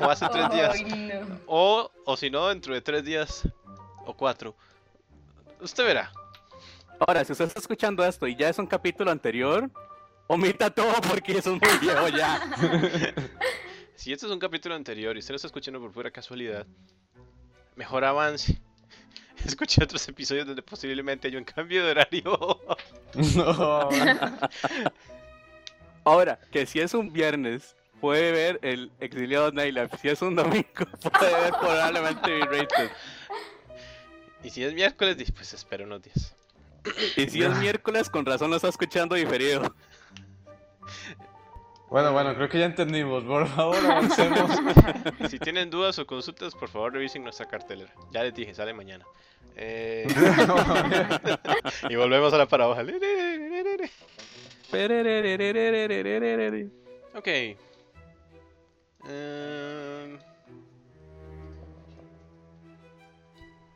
o hace tres días.
Ay, no.
O, o si no, dentro de tres días. O cuatro. Usted verá.
Ahora, si usted está escuchando esto y ya es un capítulo anterior, omita todo porque eso es muy viejo ya.
Si este es un capítulo anterior y usted lo está escuchando por pura casualidad, mejor avance. [laughs] Escuche otros episodios donde posiblemente hay un cambio de horario. [laughs]
[laughs] No.
Ahora, que si es un viernes, puede ver el exiliado Nightlife. Si es un domingo, puede ver probablemente B-Rated.
Y si es miércoles, di- pues espera unos días.
Y si es miércoles, con razón lo está escuchando diferido.
Bueno, bueno, creo que ya entendimos. Por
[laughs]
favor, [laughs] avancemos.
Y si tienen dudas o consultas, por favor revisen nuestra cartelera. Ya les dije, sale mañana. Eh, y volvemos a la paradoja. [laughs] Ok. Em,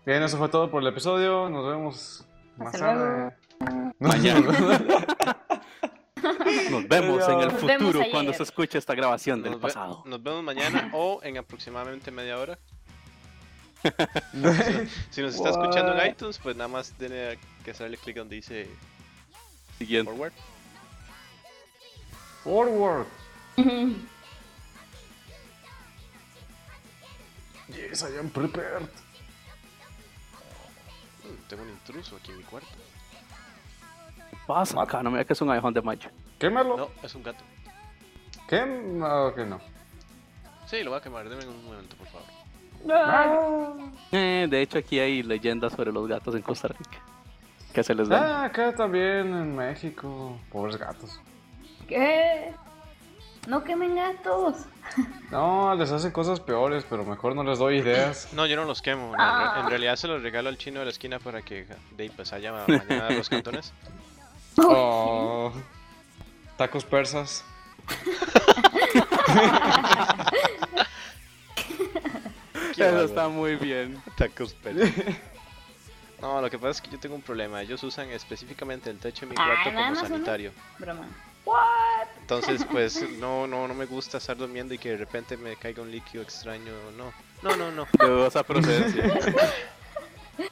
Bien, eso fue todo por el episodio. Nos vemos más
Hasta
tarde.
Mañana. Nos vemos en el
Nos vemos
futuro
ayer.
cuando se escuche esta grabación del
nos, ve-
pasado.
nos vemos mañana o en aproximadamente media hora.
[laughs]
Si nos está escuchando en
What?
iTunes, pues nada más tiene que hacerle clic donde dice
Siguiente.
forward.
Forward.
Ujú.
Yes, I am prepared.
Mm, Tengo un intruso aquí en mi cuarto.
Pasa acá, no me digas que es un aguijón de macho.
Quémalo.
No, es un gato.
Quem- ah, ok, no.
Sí, lo voy a quemar. Deme un momento, por favor.
Eh, de hecho, aquí hay leyendas sobre los gatos en Costa Rica. Que se les da.
Ah, acá también en México. Pobres gatos.
¿Qué? No quemen gatos.
No, les hacen cosas peores, pero mejor no les doy
[laughs]
ideas.
No, yo no los quemo. En,
Ah.
re- en realidad se los regalo al chino de la esquina para que de ahí pues haya mañana los cantones.
Oh. Tacos persas. [laughs]
Eso está muy bien.
[laughs] Tacos perros. [laughs] No, lo que pasa es que yo tengo un problema. Ellos usan específicamente el techo de mi cuarto
Ah, nada
como
más uno.
sanitario.
Broma. [laughs]
Entonces, pues no, no, no me gusta estar durmiendo y que de repente me caiga un líquido extraño. No, no, no, no.
De dudosa [laughs] procedencia. Eh.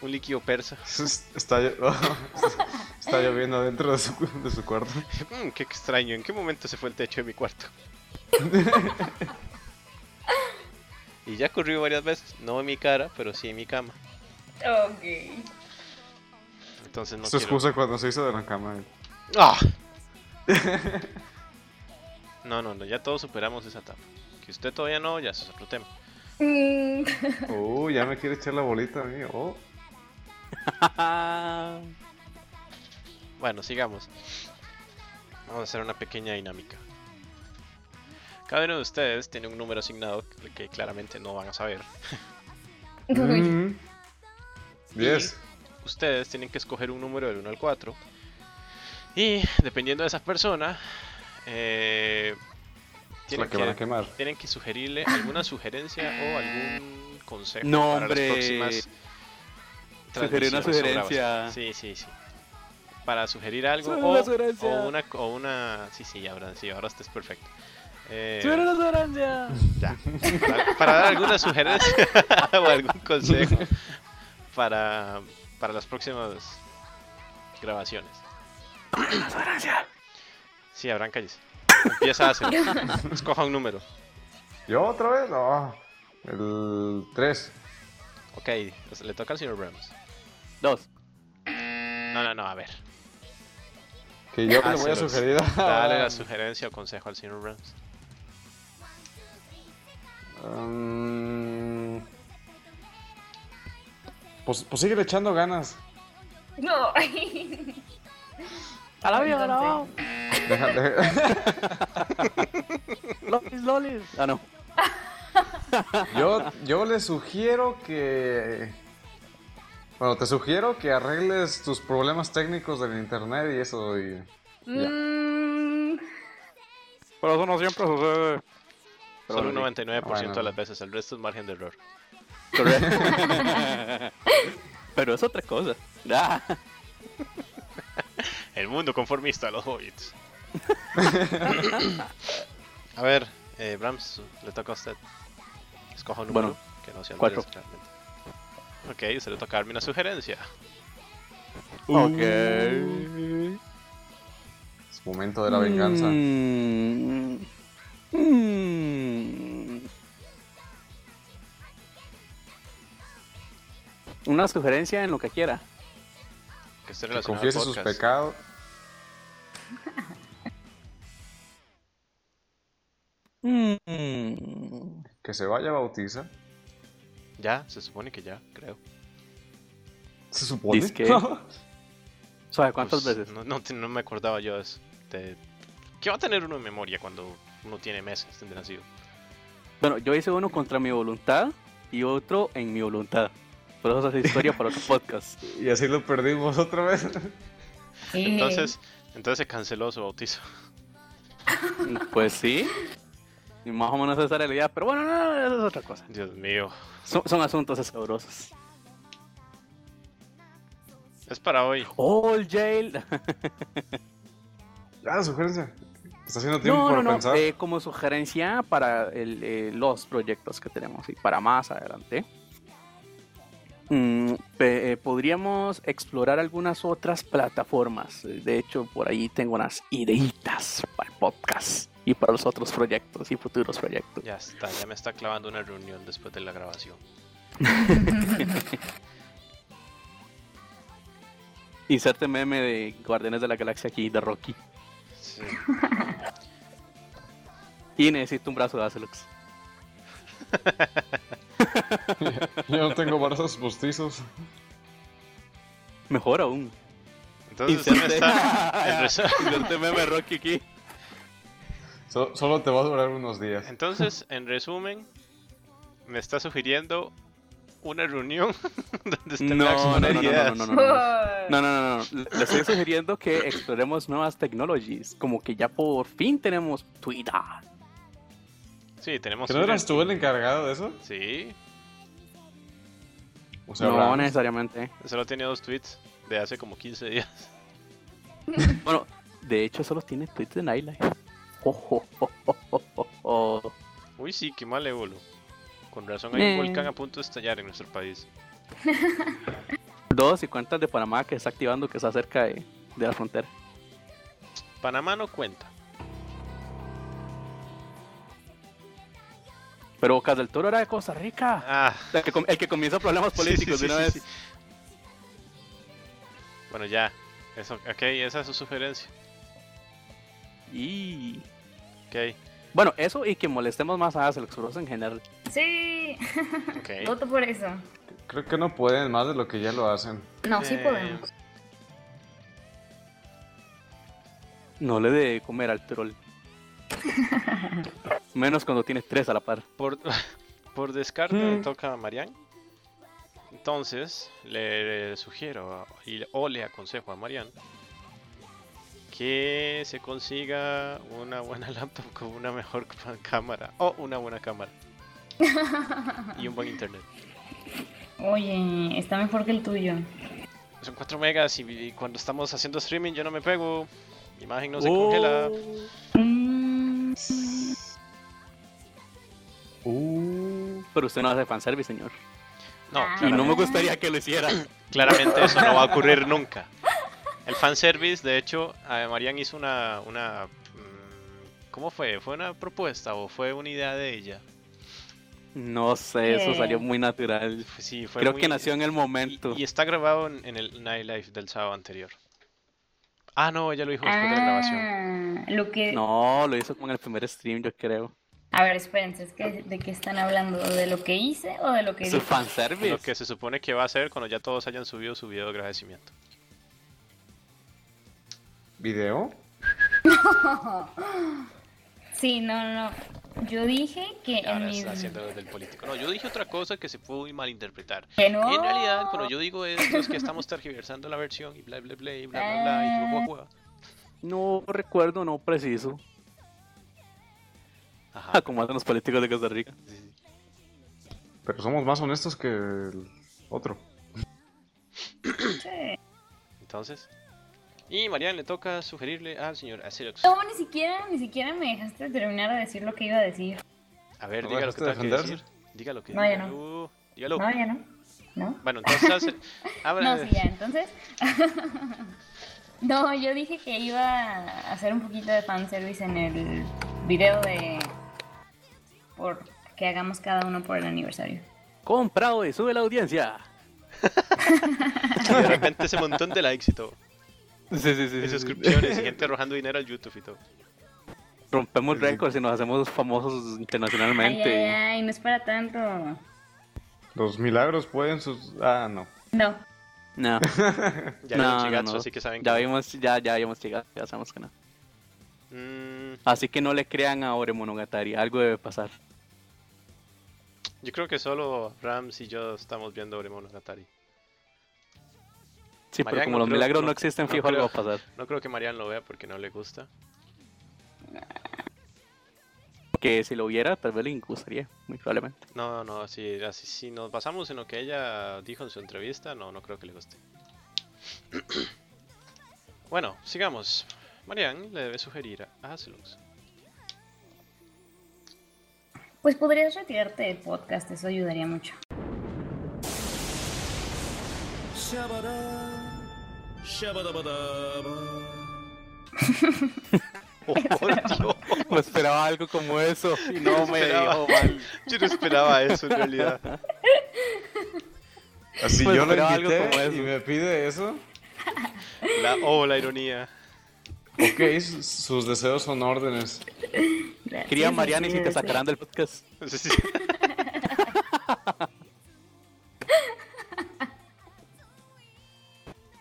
Un líquido persa.
Está, llo- [laughs] está lloviendo dentro de su, de su cuarto.
Mm, qué extraño. ¿En qué momento se fue el techo de mi cuarto? y ya ocurrió varias veces. No en mi cara, pero sí en mi cama.
Ok.
Entonces no
Su
quiero-
excusa cuando se hizo de la cama. [laughs]
¡Ah! No, no, no, ya todos superamos esa etapa. Que usted todavía no, ya eso es otro tema.
Mm.
Oh, ya me quiere echar la bolita a mí. Oh.
Bueno, sigamos. Vamos a hacer una pequeña dinámica. Cada uno de ustedes tiene un número asignado que claramente no van a saber.
Uy.
Mm. Diez.
Ustedes tienen que escoger un número del 1 al 4. Y dependiendo de esa persona, eh,
Es la
tienen,
que van a
que,
quemar.
tienen que sugerirle alguna sugerencia o algún consejo
No,
para
hombre.
las próximas
Sugerir una
transmisiones o grabaciones.
sugerencia.
Sí, sí, sí. Para sugerir algo
Sugerir
o,
una sugerencia.
o una, o una... Sí, sí, ahora sí, ahora este es perfecto. Eh,
¡Subieron las arancias!
ya. Para, para dar alguna sugerencia [laughs] o algún consejo para, para las próximas grabaciones.
¡Las arancias!
Sí, habrán calles. Empieza a hacer. Escoja un número.
¿Yo otra vez? No. El tres.
Ok, pues le toca al señor Brahms.
Dos.
No, no, no, a ver.
Que yo
Ah,
le voy a
se los-
sugerir. [laughs] a-
Dale la sugerencia o consejo al señor Brahms.
Mm. Pues, pues sigue echando
[laughs]
ganas.
[laughs] No.
¡A la vida, a la
Entonces-
Deja-
vida!
deja-
¡Lolis, lolis! Ah, no.
[laughs] Yo, yo le sugiero que. Bueno, te sugiero que arregles tus problemas técnicos del internet y eso. Y...
Mm.
Pero eso no siempre sucede.
Solo un 99% de
Bueno.
las veces, el resto es margen de error.
Pero es otra cosa. Ah.
El mundo conformista, los hobbits. [laughs] a ver, eh, Brahms, le toca a usted. Escoja un número
Bueno,
que no sea el
cuatro.
tres, claramente. Ok, usted le toca darme una sugerencia.
Uh. Ok.
Es momento de la venganza.
Mm. Mm. Una sugerencia en lo que quiera.
Que esté
Que
relacionado al
confiese sus
podcast.
pecados.
Mm.
Que se vaya a bautizar.
Ya, se supone que ya, creo.
Se supone.
Disque. ¿Sabe cuántas
Pues,
veces?
No, no te- no me acordaba yo de eso. Te- ¿Qué va a tener uno en memoria cuando uno tiene meses de nacido?
Bueno, yo hice uno contra mi voluntad y otro en mi voluntad. Pero eso es historia para otro [laughs] podcast.
[laughs] y así lo perdimos otra vez.
Entonces, entonces se canceló su bautizo. [laughs]
Pues sí. Y más o menos esa era la idea. Pero bueno, no, no, eso es otra cosa.
Dios mío.
Son, son asuntos escabrosos.
Es para hoy.
All jail.
Ah, sugerencia. Está haciendo tiempo
No,
para
no, no.
pensar.
eh, como sugerencia para el, eh, los proyectos que tenemos y para más adelante, mm, pe- eh, podríamos explorar algunas otras plataformas. De hecho, por ahí tengo unas ideitas para el podcast y para los otros proyectos y futuros proyectos.
Ya está, ya me está clavando una reunión después de la grabación.
Inserte meme de Guardianes de la Galaxia aquí de Rocky.
Sí.
Y necesito un brazo de Azelux.
Yo no tengo brazos postizos.
Mejor aún.
Entonces usted me está.
[laughs]
en resu-
Inserte meme de Rocky aquí.
So- solo te va a durar unos días.
Entonces, en resumen, me está sugiriendo una reunión [laughs] donde estén
No, no, no,
reaccionando
no, no,
ideas.
Eh.
no, no, no, no. No, no, no, no. Le estoy sugiriendo que exploremos nuevas tecnologías. Como que ya por fin tenemos Twitter.
Sí, tenemos.
¿Que no eras
Twitter.
tú el encargado de eso?
Sí,
O sea,
No
Abraham.
necesariamente.
solo tiene dos tweets de hace como 15 días. [laughs]
Bueno, de hecho solo tiene tweets de [laughs] Nightlife. Ojo, ojo, ojo, ojo.
Uy, sí, qué malévolo. Con razón hay un
Eh.
volcán a punto de estallar en nuestro país.
Dos y cuentas de Panamá que está activando que está cerca de, de la frontera.
Panamá no cuenta.
Pero Bocas del Toro era de Costa Rica.
Ah,
El que, com- el que comienza problemas
sí, sí,
políticos
sí,
de una
sí,
vez.
sí. Bueno, ya. Eso, ok, esa es su sugerencia.
Y...
Ok,
Bueno, eso y que molestemos más a Azelux Bros en general.
Sí,
ok.
voto por eso.
Creo que no pueden más de lo que ya lo hacen.
No, sí
Eh,
podemos.
No le de comer al troll. Menos cuando tienes tres a la par.
Por, [laughs] por descarte
Hmm.
me toca a Marian. Entonces, le, sugiero a- y, o le aconsejo a Marian que se consiga una buena [laughs] laptop con una mejor c- cámara o una buena cámara y un buen internet.
Oye, está mejor que el tuyo.
Son 4 megas y, y cuando estamos haciendo streaming yo no me pego. Mi imagen no se
Oh.
congela.
Mm,
Uh.
Pero usted no hace fanservice, señor.
No,
Ah.
Y
claramente,
no me gustaría que lo hiciera.
claramente eso no va a ocurrir nunca. El fanservice, de hecho, eh, Marian hizo una, una... mm, ¿Cómo fue? ¿Fue una propuesta o fue una idea de ella?
No sé, eso
Bien.
salió muy natural.
Fue- Pues Sí, fue
Creo
muy-
que nació en el momento.
Y, y está grabado en, en el Nightlife del sábado anterior. Ah, no, ella lo dijo después de la grabación.
ah, lo que...
No, lo hizo como en el primer stream, yo creo.
A ver, espérense, es que, ¿de qué están hablando? ¿De lo que hice o de lo que
Eso es
dije?
fanservice.
Lo que se supone que va a ser cuando ya todos hayan subido su video de agradecimiento.
¿Video?
Sí, no, no, no. Yo dije que
Y ahora
en mi...
está haciendo desde el político. No, yo dije otra cosa que se pudo muy malinterpretar.
Que no.
En realidad, cuando yo digo esto es que estamos tergiversando la versión y bla bla bla y bla bla bla y guau, guau, guau.
No recuerdo, no preciso. [laughs]
Ajá.
Como hacen los políticos de Costa Rica.
sí, sí.
Pero somos más honestos que el otro.
Entonces. Y Marian le toca sugerirle al señor Acerox.
No, ni siquiera, ni siquiera me dejaste terminar de decir lo que iba a decir.
A ver,
¿No
diga lo que
dejaste de
tenga que decir.
defenderse?
Diga lo que
No, ya
diga. Uh, dígalo.
No, ya no. ¿no?
Bueno, entonces
[laughs]
hace. abre-
No, sí, ya, entonces. [laughs] no, yo dije que iba a hacer un poquito de fanservice en el video de. por que hagamos cada uno por el aniversario.
Comprado y sube la audiencia.
y de repente ese montón de likes y todo.
Sí, sí, sí.
Y suscripciones y
[laughs]
gente arrojando dinero al YouTube y todo.
Rompemos récords y nos hacemos famosos
Ay, ay,
internacionalmente.
ay, no es para tanto.
Los milagros pueden sus... Ah, no.
No.
No,
Ya vieron
no, no,
Chigatsu,
no.
así que saben
ya
que.
vimos, ya, ya habíamos llegado, ya sabemos que no.
Mm,
Así que no le crean a Ore Monogatari, algo debe pasar.
yo creo que solo Rams y yo estamos viendo Oremonogatari.
Sí,
Mariano,
pero como los
creo-
milagros
no-
no existen,
no
fijo algo va a
creo.
pasar.
No creo que Marian lo vea porque no le gusta.
Que si lo viera, tal vez le gustaría,
[laughs]
muy probablemente.
No, no, si, así, si nos basamos en lo que ella dijo en su entrevista, no, no creo que le
[clears throat]
guste. bueno, sigamos. Marian le debe sugerir a Hazelux.
Pues podrías retirarte del podcast, eso ayudaría mucho.
[laughs] ¡Oh, [laughs] por Dios!
Me esperaba algo como eso y no me
Esperaba.
dijo mal.
Yo no esperaba eso en realidad.
Así
Pues
Ah, yo lo
esperaba algo como
invité
eso.
y me pide eso.
La, oh, la ironía.
Ok, su- sus deseos son órdenes.
Gracias,
Quería a Mariana y si te
olvídate.
sacarán del podcast.
Sí, sí.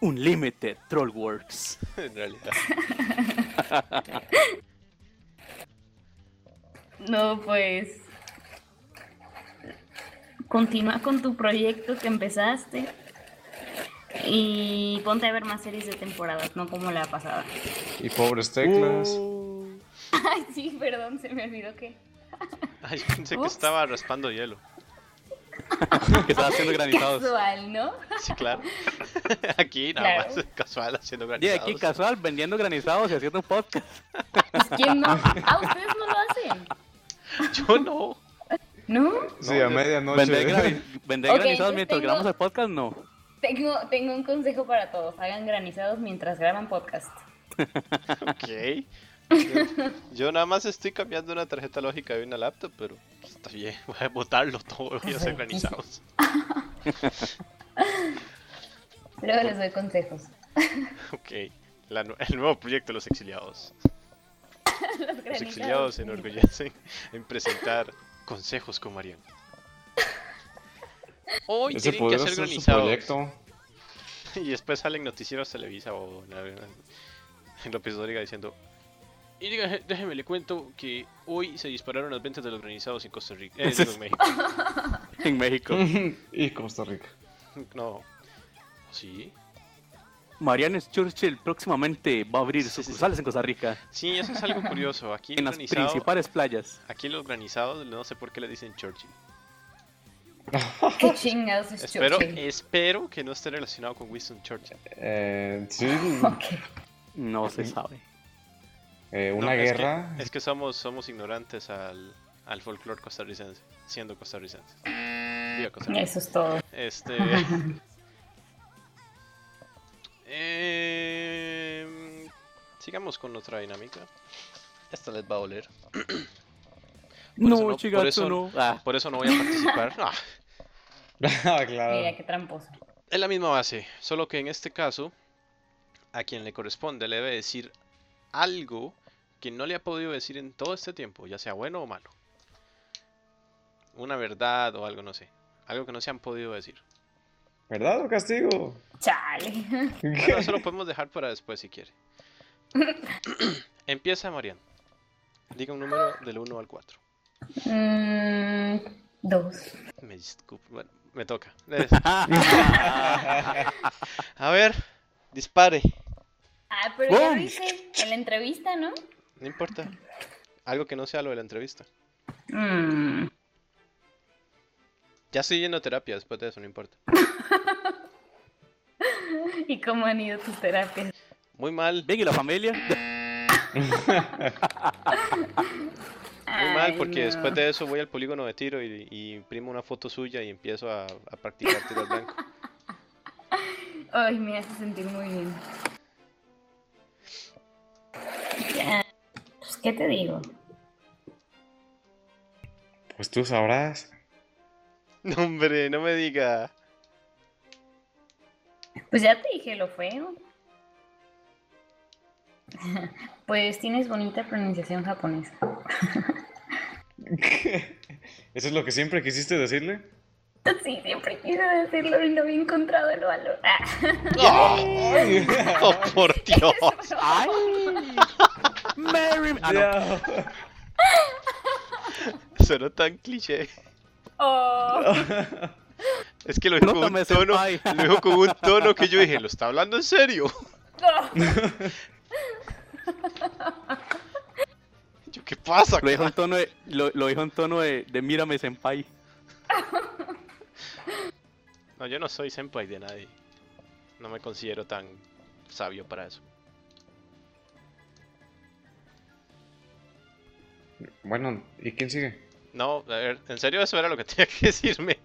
Unlimited Trollworks.
[laughs] en realidad.
No, pues. Continúa con tu proyecto que empezaste. Y ponte a ver más series de temporadas, no como la pasada.
Y pobres teclas.
Uh. Ay, sí, perdón, se me olvidó que.
Ay, yo pensé que
Ups.
estaba raspando hielo.
Que estaba haciendo granizados.
Casual, ¿no? [laughs]
Sí, claro. [laughs] Aquí nada
Claro.
más casual haciendo
Y
granizados.
aquí casual, vendiendo granizados y haciendo un podcast.
Pues quién no. Ah, ustedes no lo hacen.
Yo no.
¿No?
Sí, a medianoche. [laughs]
Vender, grani- vender
Ok,
granizados
entonces
mientras
tengo-
grabamos el podcast, no.
Tengo, tengo un consejo para todos. Hagan granizados mientras graban podcast.
Ok. Yo, yo nada más estoy cambiando una tarjeta lógica de una laptop, pero pues, está bien. Voy a botarlo todo y hacer granizados. [laughs]
Luego les doy consejos.
Ok. La nu- el nuevo proyecto de los exiliados.
Los
Los
granizados.
exiliados se enorgullecen en presentar consejos con Mariano. Hoy
Ese
tienen que
podría
hacer
ser su
granizados.
proyecto.
[laughs] Y después salen noticieros Televisa o en la- en López Dóriga diciendo Y diga, déjeme le cuento que hoy se dispararon las ventas de los granizados en Costa Rica eh,
[laughs]
digo, en México
En
[laughs]
México.
y Costa Rica.
No ¿Sí?
Marianne Churchill próximamente va a abrir
Sí, sí, sí.
sucursales en Costa Rica.
Sí, eso es algo curioso Aquí el
En las
granizado-
principales playas.
Aquí los granizados no sé por qué le dicen Churchill
Qué chingados es
Espero,
Churchill?
espero que no esté relacionado con Winston Churchill
Eh, sí,
No se sabe.
eh, una
No, es que-
guerra.
Es que, somos, somos ignorantes al, al folclore costarricense Siendo costarricenses Diga costarricense
Eso es todo. [laughs]
Este. Em, sigamos con otra dinámica. Esta les va a doler. eso no-
No,
por
chigazo,
eso-
no. Ah,
Por eso no voy
[laughs]
a participar. Ah,
[laughs] Ah, claro.
Mira, qué tramposo.
es la misma base, solo que en este caso, a quien le corresponde le debe decir algo que no le ha podido decir en todo este tiempo, ya sea bueno o malo. Una verdad o algo, no sé. Algo que no se han podido decir.
¿Verdad o castigo? [laughs]
Chale.
Bueno, eso lo podemos dejar para después si quiere. Empieza Marian. Diga un número del 1 al 4.
Mm, dos.
Me disculpo. Bueno, me toca. Es- A ver, dispare.
Ah, pero ya lo
¡Bum!
hice en la entrevista, ¿no?
No importa. Algo que no sea lo de la entrevista.
Mm,
Ya estoy yendo a terapia después de eso, no importa.
¿Y cómo han ido tus terapias?
Muy mal.
Bien, ¿y la familia?
Muy mal,
Ay,
porque
no.
después de eso voy al polígono de tiro y, y imprimo una foto suya y empiezo a, a practicar tiro al blanco.
[laughs] Ay, me hace sentir muy bien. Ya, Pues, ¿qué te digo?
Pues tú sabrás.
No, hombre, no me
[laughs]
diga.
Pues ya te dije lo feo. [laughs] Pues tienes bonita pronunciación japonesa. [laughs]
¿Eso es lo que siempre quisiste decirle?
Sí, siempre quise decirlo y no había encontrado el valor. [laughs] Ah,
¡Ay!
¡Oh,
[laughs]
por Dios!
¡Ay! ¡Mary! Ah, no.
Sonó tan cliché.
Oh,
Es que lo dijo, con
Nótame,
un tono,
senpai.
lo dijo con un tono que yo dije, ¿lo está hablando
[laughs]
en serio?
no.
Yo, ¿qué pasa?
Lo dijo en
cara?"
tono de, lo, lo dijo en tono de, de mírame senpai.
No, yo no soy senpai de nadie. No me considero tan sabio para eso.
[laughs] Bueno, ¿y quién sigue?
No, a ver, en serio eso era lo que [laughs] tenía que decirme.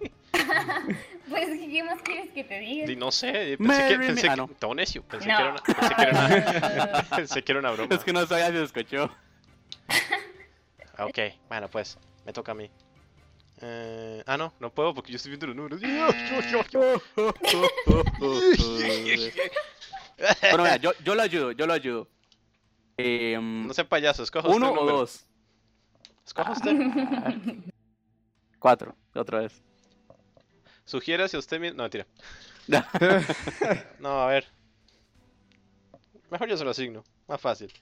Pues, ¿qué más quieres que te diga?
Di- No sé, pensé que,
Marry me-
pensé
ah,
que-
no.
todo necio, pensé
No.
que era una, pensé que era una, [laughs] pensé que era una broma.
Es que no sabía si escuchó.
Ah, Ok, bueno, pues, me toca a mí. Eh, ah, no, no puedo porque yo estoy viendo los números. [laughs]
Bueno, mira, yo, yo lo ayudo, yo lo ayudo. Eh,
No sea payaso, escoja usted un
¿Uno o
número.
dos?
Escoja usted.
Cuatro, otra vez.
Sugiera si usted mismo. No, mentira. No, a ver. Mejor yo se lo asigno. Más fácil.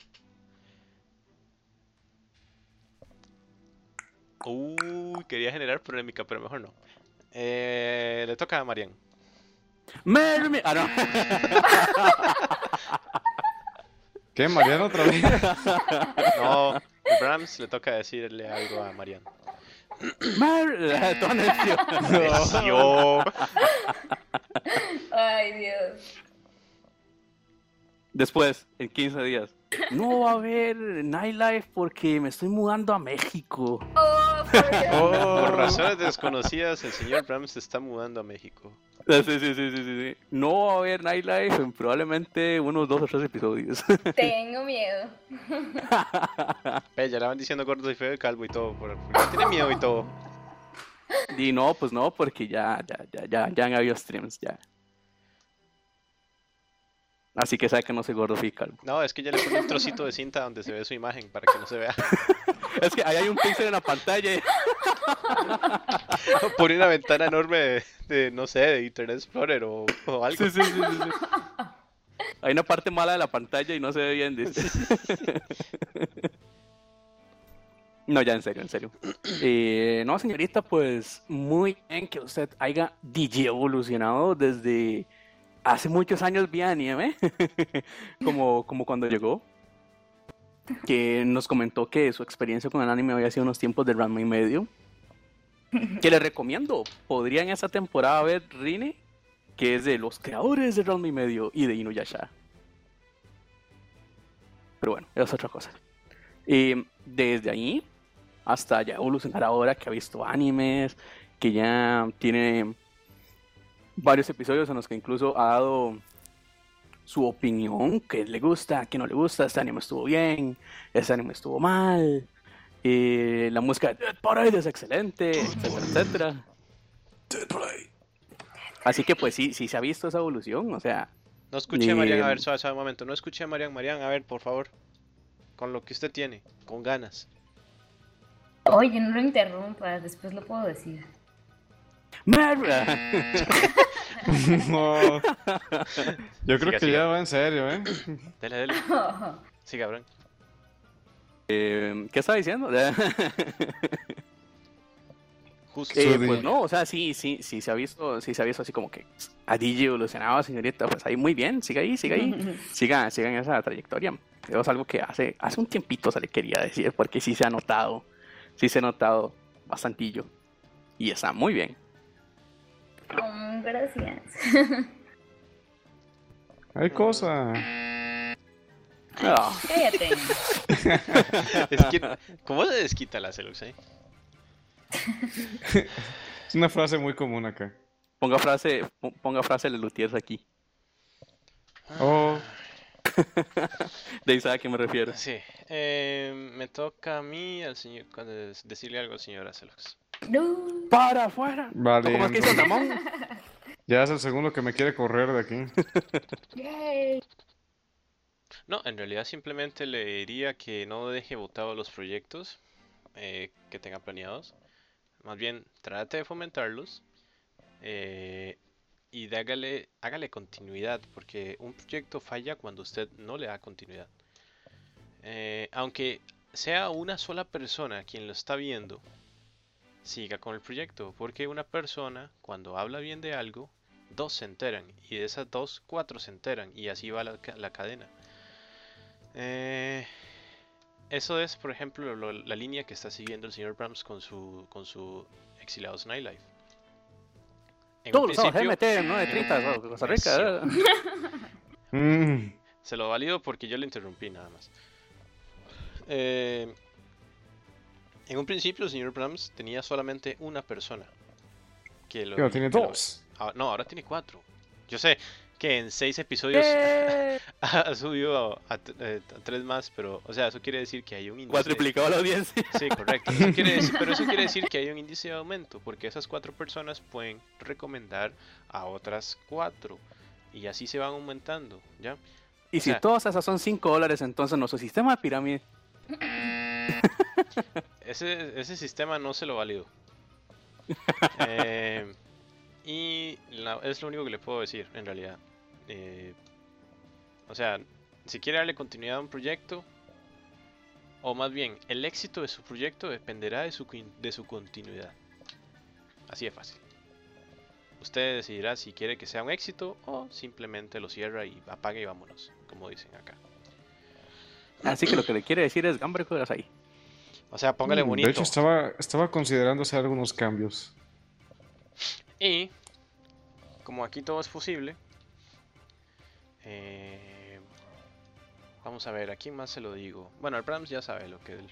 Uy, quería generar polémica, pero mejor no. Eh, le toca a Marian.
Marry me. Ah, no. [laughs]
¿Qué? ¿Mariano otra vez? [laughs]
No, Brahms le toca decirle algo a Marian.
[laughs] Marry. ah, Todo necio.
Necio.
Ay, Dios.
Después, en 15 días. No va a haber nightlife porque me estoy mudando a México.
Oh,
[laughs]
por Dios.
Por razones desconocidas, el señor Brahms se está mudando a México.
Sí, sí, sí, sí, sí, sí. No va a haber nightlife en probablemente unos dos o tres episodios. [laughs]
Tengo miedo.
Ve, ya la van diciendo gordo y feo y calvo y todo. por- Porque tiene miedo y todo.
y no, pues no, porque ya, ya, ya, ya, ya han habido streams, ya. Así que sabe que no soy gordo soy calvo.
No, es que ya le pone un trocito de cinta donde se ve su imagen para que no se vea. [laughs]
Es que ahí hay un pixel en la pantalla. y-
Pone una ventana enorme de, de, no sé, de Internet Explorer o, o algo.
Sí, sí, sí, sí, sí. [laughs] Hay una parte mala de la pantalla y no se ve bien. dice. [laughs] No, ya en serio, en serio. Eh, no, señorita, pues muy bien que usted haya DJ evolucionado desde hace muchos años vía anime, [laughs] como, como cuando llegó, que nos comentó que su experiencia con el anime había sido unos tiempos de Ranma y medio. Que le recomiendo, podrían esta temporada ver Rine que es de los creadores de Round y Medio y de Inuyasha. Pero bueno, es otra cosa. Eh, desde ahí hasta ya evolucionar ahora que ha visto animes, que ya tiene varios episodios en los que incluso ha dado su opinión, que le gusta, que no le gusta, este anime estuvo bien, este anime estuvo mal, eh, la música de Dead Parade es excelente, etcétera, etcétera. Así que pues sí, sí se ha visto esa evolución, o sea,
No escuché a Marian, a ver,
Bien.
suave, suave, un momento. No escuché a Marian, Marian, a ver, por favor. Con lo que usted tiene, con ganas.
Oye, no lo interrumpas, después lo puedo decir. [laughs]
Mara.
No. Yo creo
Siga,
que
siga.
ya va en serio, ¿eh?
Dele, dele. Sí, cabrón.
¿Qué estaba diciendo? [laughs]
Justo.
Eh,
Su
pues
[laughs]
di-
no, o sea, sí, sí, sí se ha visto, sí se ha visto así como que a DJ evolucionaba, señorita, pues ahí muy bien, siga ahí, siga ahí, siga, siga en esa trayectoria. Eso es algo que hace, hace un tiempito se le quería decir, porque sí se ha notado, sí se ha notado bastantillo. Y está muy bien.
Mm, gracias.
Hay cosa.
Ah,
Cállate.
Es que, ¿Cómo se desquita la eh? Celux ahí?
Es una frase muy común acá.
ponga frase, po- ponga frase de Lutiers aquí.
Oh,
De ahí sabe a qué me refiero.
Sí. eh, me toca a mí al señor, cuando des- decirle algo al señor Acelox.
No.
¡Para afuera!
vale.
¿Cómo es que dice
entonces-
Ramón?
Ya es el segundo que me quiere correr de aquí. [laughs]
Yay.
No, en realidad simplemente le diría que no deje botados los proyectos eh, que tenga planeados. Más bien, trate de fomentarlos eh, y de hágale, hágale continuidad, porque un proyecto falla cuando usted no le da continuidad. Eh, aunque sea una sola persona quien lo está viendo, siga con el proyecto, porque una persona cuando habla bien de algo, dos se enteran, y de esas dos, cuatro se enteran, y así va la ca- la cadena. Eh, eso es, por ejemplo, lo- la línea que está siguiendo el señor Brahms con su, con su Exilados Nightlife. En un
Todos los sábados,
principio-
GMT, 9.30, Costa Rica.
Mm,
Se lo valido porque yo le interrumpí nada más. Eh, en un principio el señor Brahms tenía solamente una persona. Que lo,
que no tiene
que lo-
dos.
Ah, no, ahora tiene cuatro. Yo sé que en seis episodios
Eh.
[laughs] ha subido a, a t- eh, a tres más, pero, o sea, eso quiere decir que hay un índice.
Cuatriplicaba la audiencia.
Sí, correcto. Eso quiere decir- pero eso quiere decir que hay un índice de aumento, porque esas cuatro personas pueden recomendar a otras cuatro. Y así se van aumentando, ¿ya?
Y si
O sea-
todas esas son 5 dólares, entonces nuestro sistema de pirámide.
Ese, ese sistema no se lo
[laughs]
valido. Eh, y la- es lo único que le puedo decir, en realidad. Eh, o sea, si quiere darle continuidad a un proyecto, o más bien, el éxito de su proyecto dependerá de su, quin- de su continuidad. Así de fácil. Usted decidirá si quiere que sea un éxito o simplemente lo cierra y apaga y vámonos, como dicen acá.
Así que lo que le quiere decir es gambre cuadras ahí.
O sea, póngale
Mm,
bonito.
De hecho, estaba, estaba considerando hacer algunos cambios. [laughs]
Y como aquí todo es posible, eh, vamos a ver, ¿a quién más se lo digo? Bueno, al Prams ya sabe lo que él.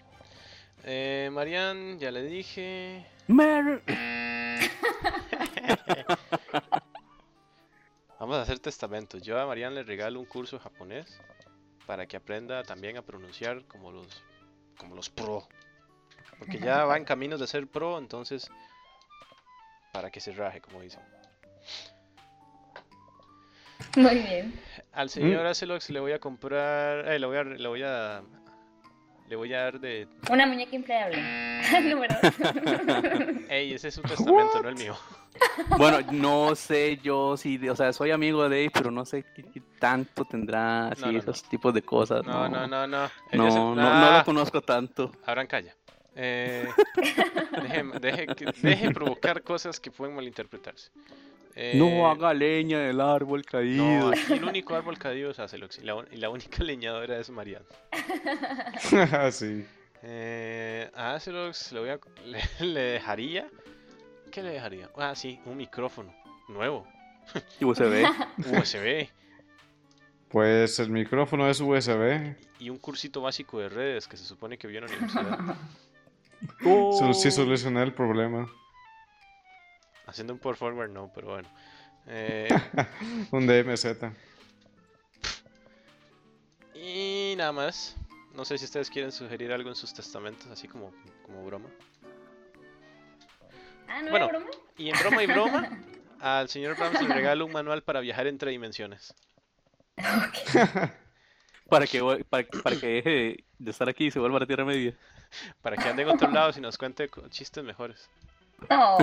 Eh, Marian, ya le dije.
Mer-
Vamos a hacer testamentos. Yo a Marian le regalo un curso de japonés para que aprenda también a pronunciar como los, como los pro. Porque ya [laughs] va en caminos de ser pro, entonces para que se raje, como dicen.
Muy bien.
Mm.
Al señor Acelox le voy a comprar. Eh, le voy a. Le voy a. Le voy a dar de.
Una muñeca inflable. no, ¿verdad?
Ey, ese es
[laughs]
su testamento, no el mío.
[laughs] Bueno, no sé yo si, o sea, soy amigo de Dave, pero no sé qué, qué tanto tendrá así
No, no, no.
esos tipos de cosas.
No, no, no, no. Él
No,
ya se-
no, no
Ah,
lo conozco tanto.
Abraham, calla. Eh, deje, deje que- deje provocar cosas que pueden malinterpretarse. Eh,
No haga leña del árbol
No,
caído.
aquí el único árbol caído es Acelox. Y la, un- y la única [laughs] leñadora es Marian.
Ah, sí.
Eh, a Acelox le, voy a, le, le dejaría. ¿Qué le dejaría? Ah, sí, un micrófono nuevo,
Y vos
[laughs]
se ve.
USB.
Pues el micrófono es USB.
y un cursito básico de redes que se supone que vio en la universidad,
Sol-
Oh.
Sí solucioné el problema.
haciendo un performer no, pero bueno. Eh,
Un DMZ.
y nada más. No sé si ustedes quieren sugerir algo en sus testamentos, así como, como broma.
ah, ¿no
Bueno.
era broma?
Y en broma y broma, al señor Brahms le regalo un manual para viajar entre dimensiones.
Para que, vuel- para, que- para que deje de- de estar aquí y se vuelva a la Tierra Media.
Para que ande en otro lado y nos cuente co- chistes mejores.
No.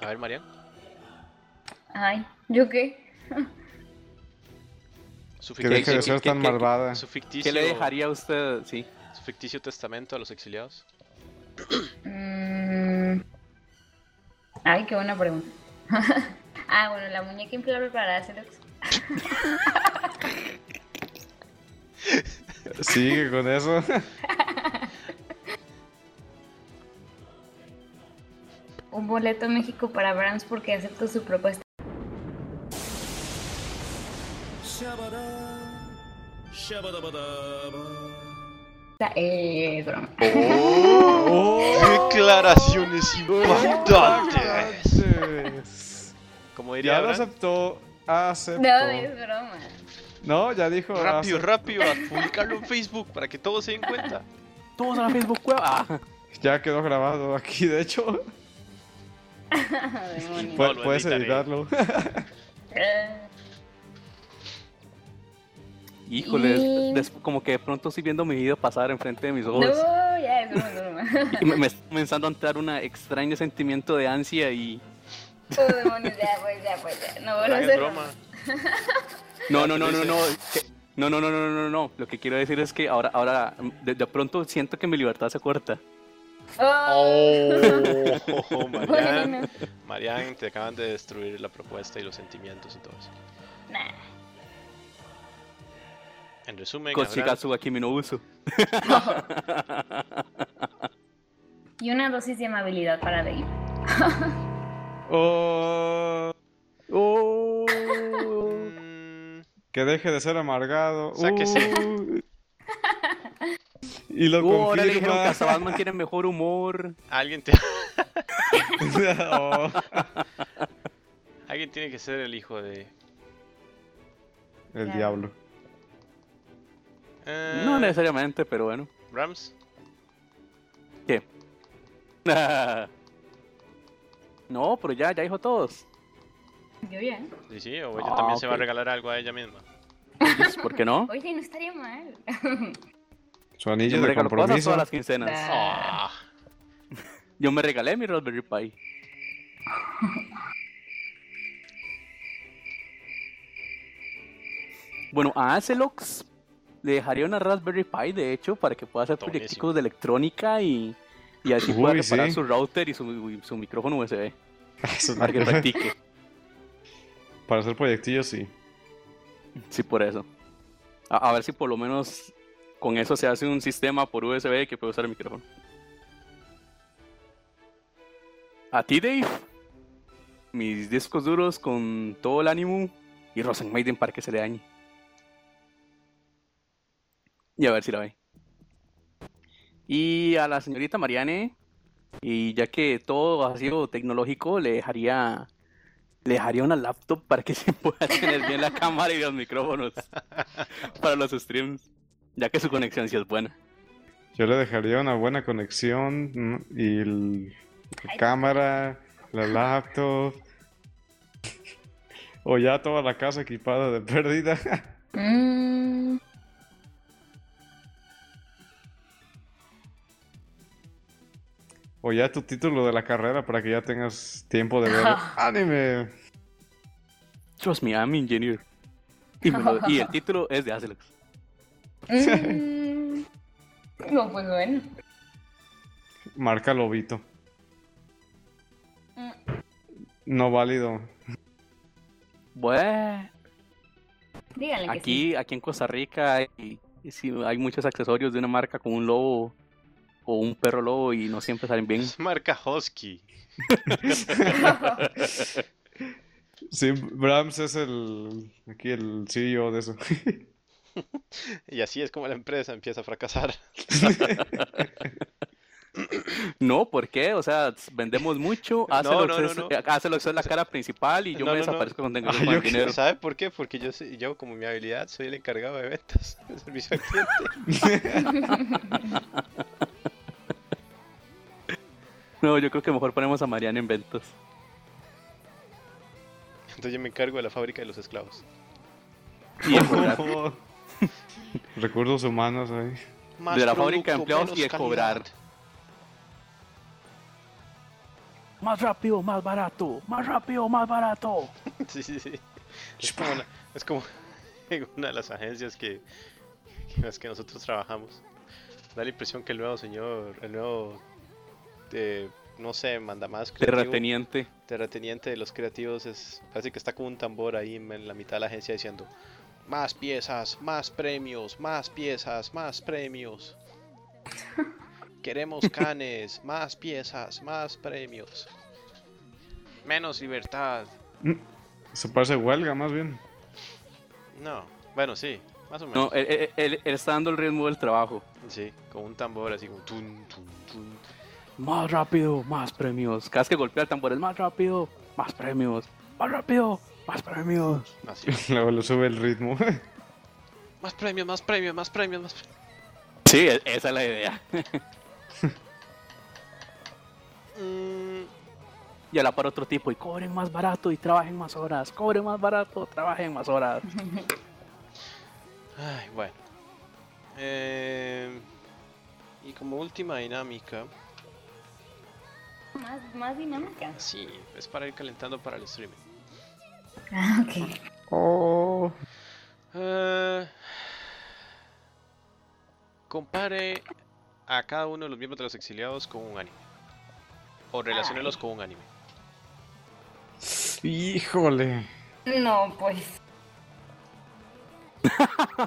A ver, Marian,
Ay, ¿yo qué?
su
Que deje de
qué-
ser
qué-
tan
qué-
malvada.
su ficticio,
¿Qué le dejaría a usted? Sí.
su ficticio testamento a los exiliados.
Mm. Ay, qué buena pregunta. ah, bueno, la muñeca inflable para hacerlo.
Sigue con eso. [laughs]
Un boleto a México para Brahms porque acepto su propuesta. Eh, broma.
Oh, Declaraciones impactantes. Como
Ya
diría
lo
Abraham,
aceptó. Aceptó.
No, es broma.
No, ya dijo.
rápido,
aceptó.
rápido, a publicarlo en Facebook para que todos se den cuenta.
Todos a la Facebook cueva. Ah.
Ya quedó grabado aquí, de hecho.
Demonio.
Bueno.
Pu-
lo
puedes
editaré.
editarlo.
Eh,
Híjole,
Y-
des- como que de pronto estoy viendo mi vida pasar enfrente de mis
no,
ojos.
ya es broma, es broma.
[laughs] Y me, me está comenzando a entrar un extraño sentimiento de ansia y...
Oh, demonios, ya, pues, ya, pues, ya. No, vuelvo a
Abraham es
hacer
broma.
No, no, no, no, no. que- No, no, no, no, no, no, no. Lo que quiero decir es que ahora, ahora, de, de pronto siento que mi libertad se corta.
Oh,
Oh, oh,
bueno.
Marian, Marian, te acaban de destruir la propuesta y los sentimientos y todo eso.
Nah.
En resumen, Abraham,
Koshikatsu aquí mi no uso.
Y una dosis de amabilidad para Dave.
Oh,
Oh.
mm,
que deje de ser amargado.
Sáquese.
Uh. y lo
Uh, ahora le dijeron que
confirma.
hasta Batman tiene mejor humor.
alguien, te- [laughs]
[laughs] Oh,
alguien tiene que ser el hijo de...
el
Ya.
diablo.
Eh,
No necesariamente, pero bueno.
Rams,
¿Qué? [laughs] no, pero ya, ya dijo todos.
Yo ya.
sí, sí, o ella
Ah,
también se va a
ok.
regalar algo a ella misma.
Pues, ¿Por qué no?
Oye, no estaría mal.
Su
Yo
anillo
me
de
regalo cosas
compromiso.
todas las quincenas.
Ah,
Ah,
Yo me regalé mi Raspberry Pi. Bueno, a Acelox le dejaría una Raspberry Pi, de hecho, para que pueda hacer
Buenísimo.
proyecticos de electrónica y, y así pueda
Uy,
reparar
sí.
su router y su, y su micrófono USB
Eso- [laughs]
para que practique.
Para hacer proyectillos, sí.
Sí, por eso. A, a ver si por lo menos con eso se hace un sistema por USB que puede usar el micrófono. A ti, Dave. Mis discos duros con todo el ánimo y Rosen Maiden para que se le dañe. Y a ver si la ve. Y a la señorita Mariane, y ya que todo ha sido tecnológico, le dejaría le dejaría una laptop para que [laughs] se pueda tener bien la cámara y los micrófonos para los streams, ya que su conexión sí es buena.
Yo le dejaría una buena conexión mm, y el- la
Ay.
cámara, la laptop. o ya toda la casa equipada de pérdida. [laughs]
Mm,
o ya tu título de la carrera para que ya tengas tiempo de ver anime.
Trust me, I'm engineer. Y, me lo- y el título es de Azelux.
mm. No, pues bueno.
Marca Lobito.
Mm.
No válido.
Bueno,
Díganle que sí. [laughs]
aquí, aquí en Costa Rica hay, sí, hay muchos accesorios de una marca con un lobo o un perro lobo y no siempre salen bien.
es marca Hosky.
Sí, Brahms es el. Aquí el CEO
[laughs]
de eso.
Y así es como la empresa empieza a fracasar.
No, ¿por qué? O sea, s- vendemos mucho.
[laughs] No,
Azelux,
no, no,
es,
no.
eh, Azelux es la cara principal y yo
No,
me
no, no.
desaparezco cuando tengo
Ay,
más
yo qué
dinero.
¿Sabe por qué? Porque yo, soy- yo como mi habilidad, soy el encargado de ventas, [laughs] de servicio al cliente.
No, yo creo que mejor ponemos a Mariana en ventas.
Entonces yo me encargo de la fábrica de los esclavos. [laughs]
Y en cobrar.
Recursos humanos ahí.
Más
De la fábrica de
producto,
empleados y
menos
de cobrar.
calidad.
Más rápido, más barato. Más rápido, más barato.
[laughs] Sí, sí, sí. Es como, la- es como [laughs] en una de las agencias que, que en las que nosotros trabajamos. Da la impresión que el nuevo señor, el nuevo, eh, no sé, manda más
Terrateniente.
terrateniente de los creativos es parece que está con un tambor ahí en- en la mitad de la agencia diciendo más piezas, más premios, más piezas, más premios. Queremos canes, más piezas, más premios. Menos libertad.
Se parece huelga, más bien.
No, bueno, sí, Más o menos.
No, eh. él, él- él- él está dando el ritmo del trabajo.
Sí, con un tambor así como tun, tun, tun.
Más rápido, más premios. Cada vez que golpea el tambor es más rápido, más premios. Más rápido, más premios.
Así. [laughs]
Luego le sube el ritmo. [laughs]
más premios, más premios, más premios, más premios.
Sí, e- esa es la idea.
Mm,
[laughs] Y ahora para otro tipo, y cobren más barato y trabajen más horas. Cobren más barato, trabajen más horas.
Ay, bueno. Eh, y como última dinámica,
Más, más dinámica.
sí, es para ir calentando para el streaming.
Ah, ok.
Oh.
Eh, compare a cada uno de los miembros de los exiliados con un anime. O relacionelos con un anime.
Híjole.
No, pues.
[laughs]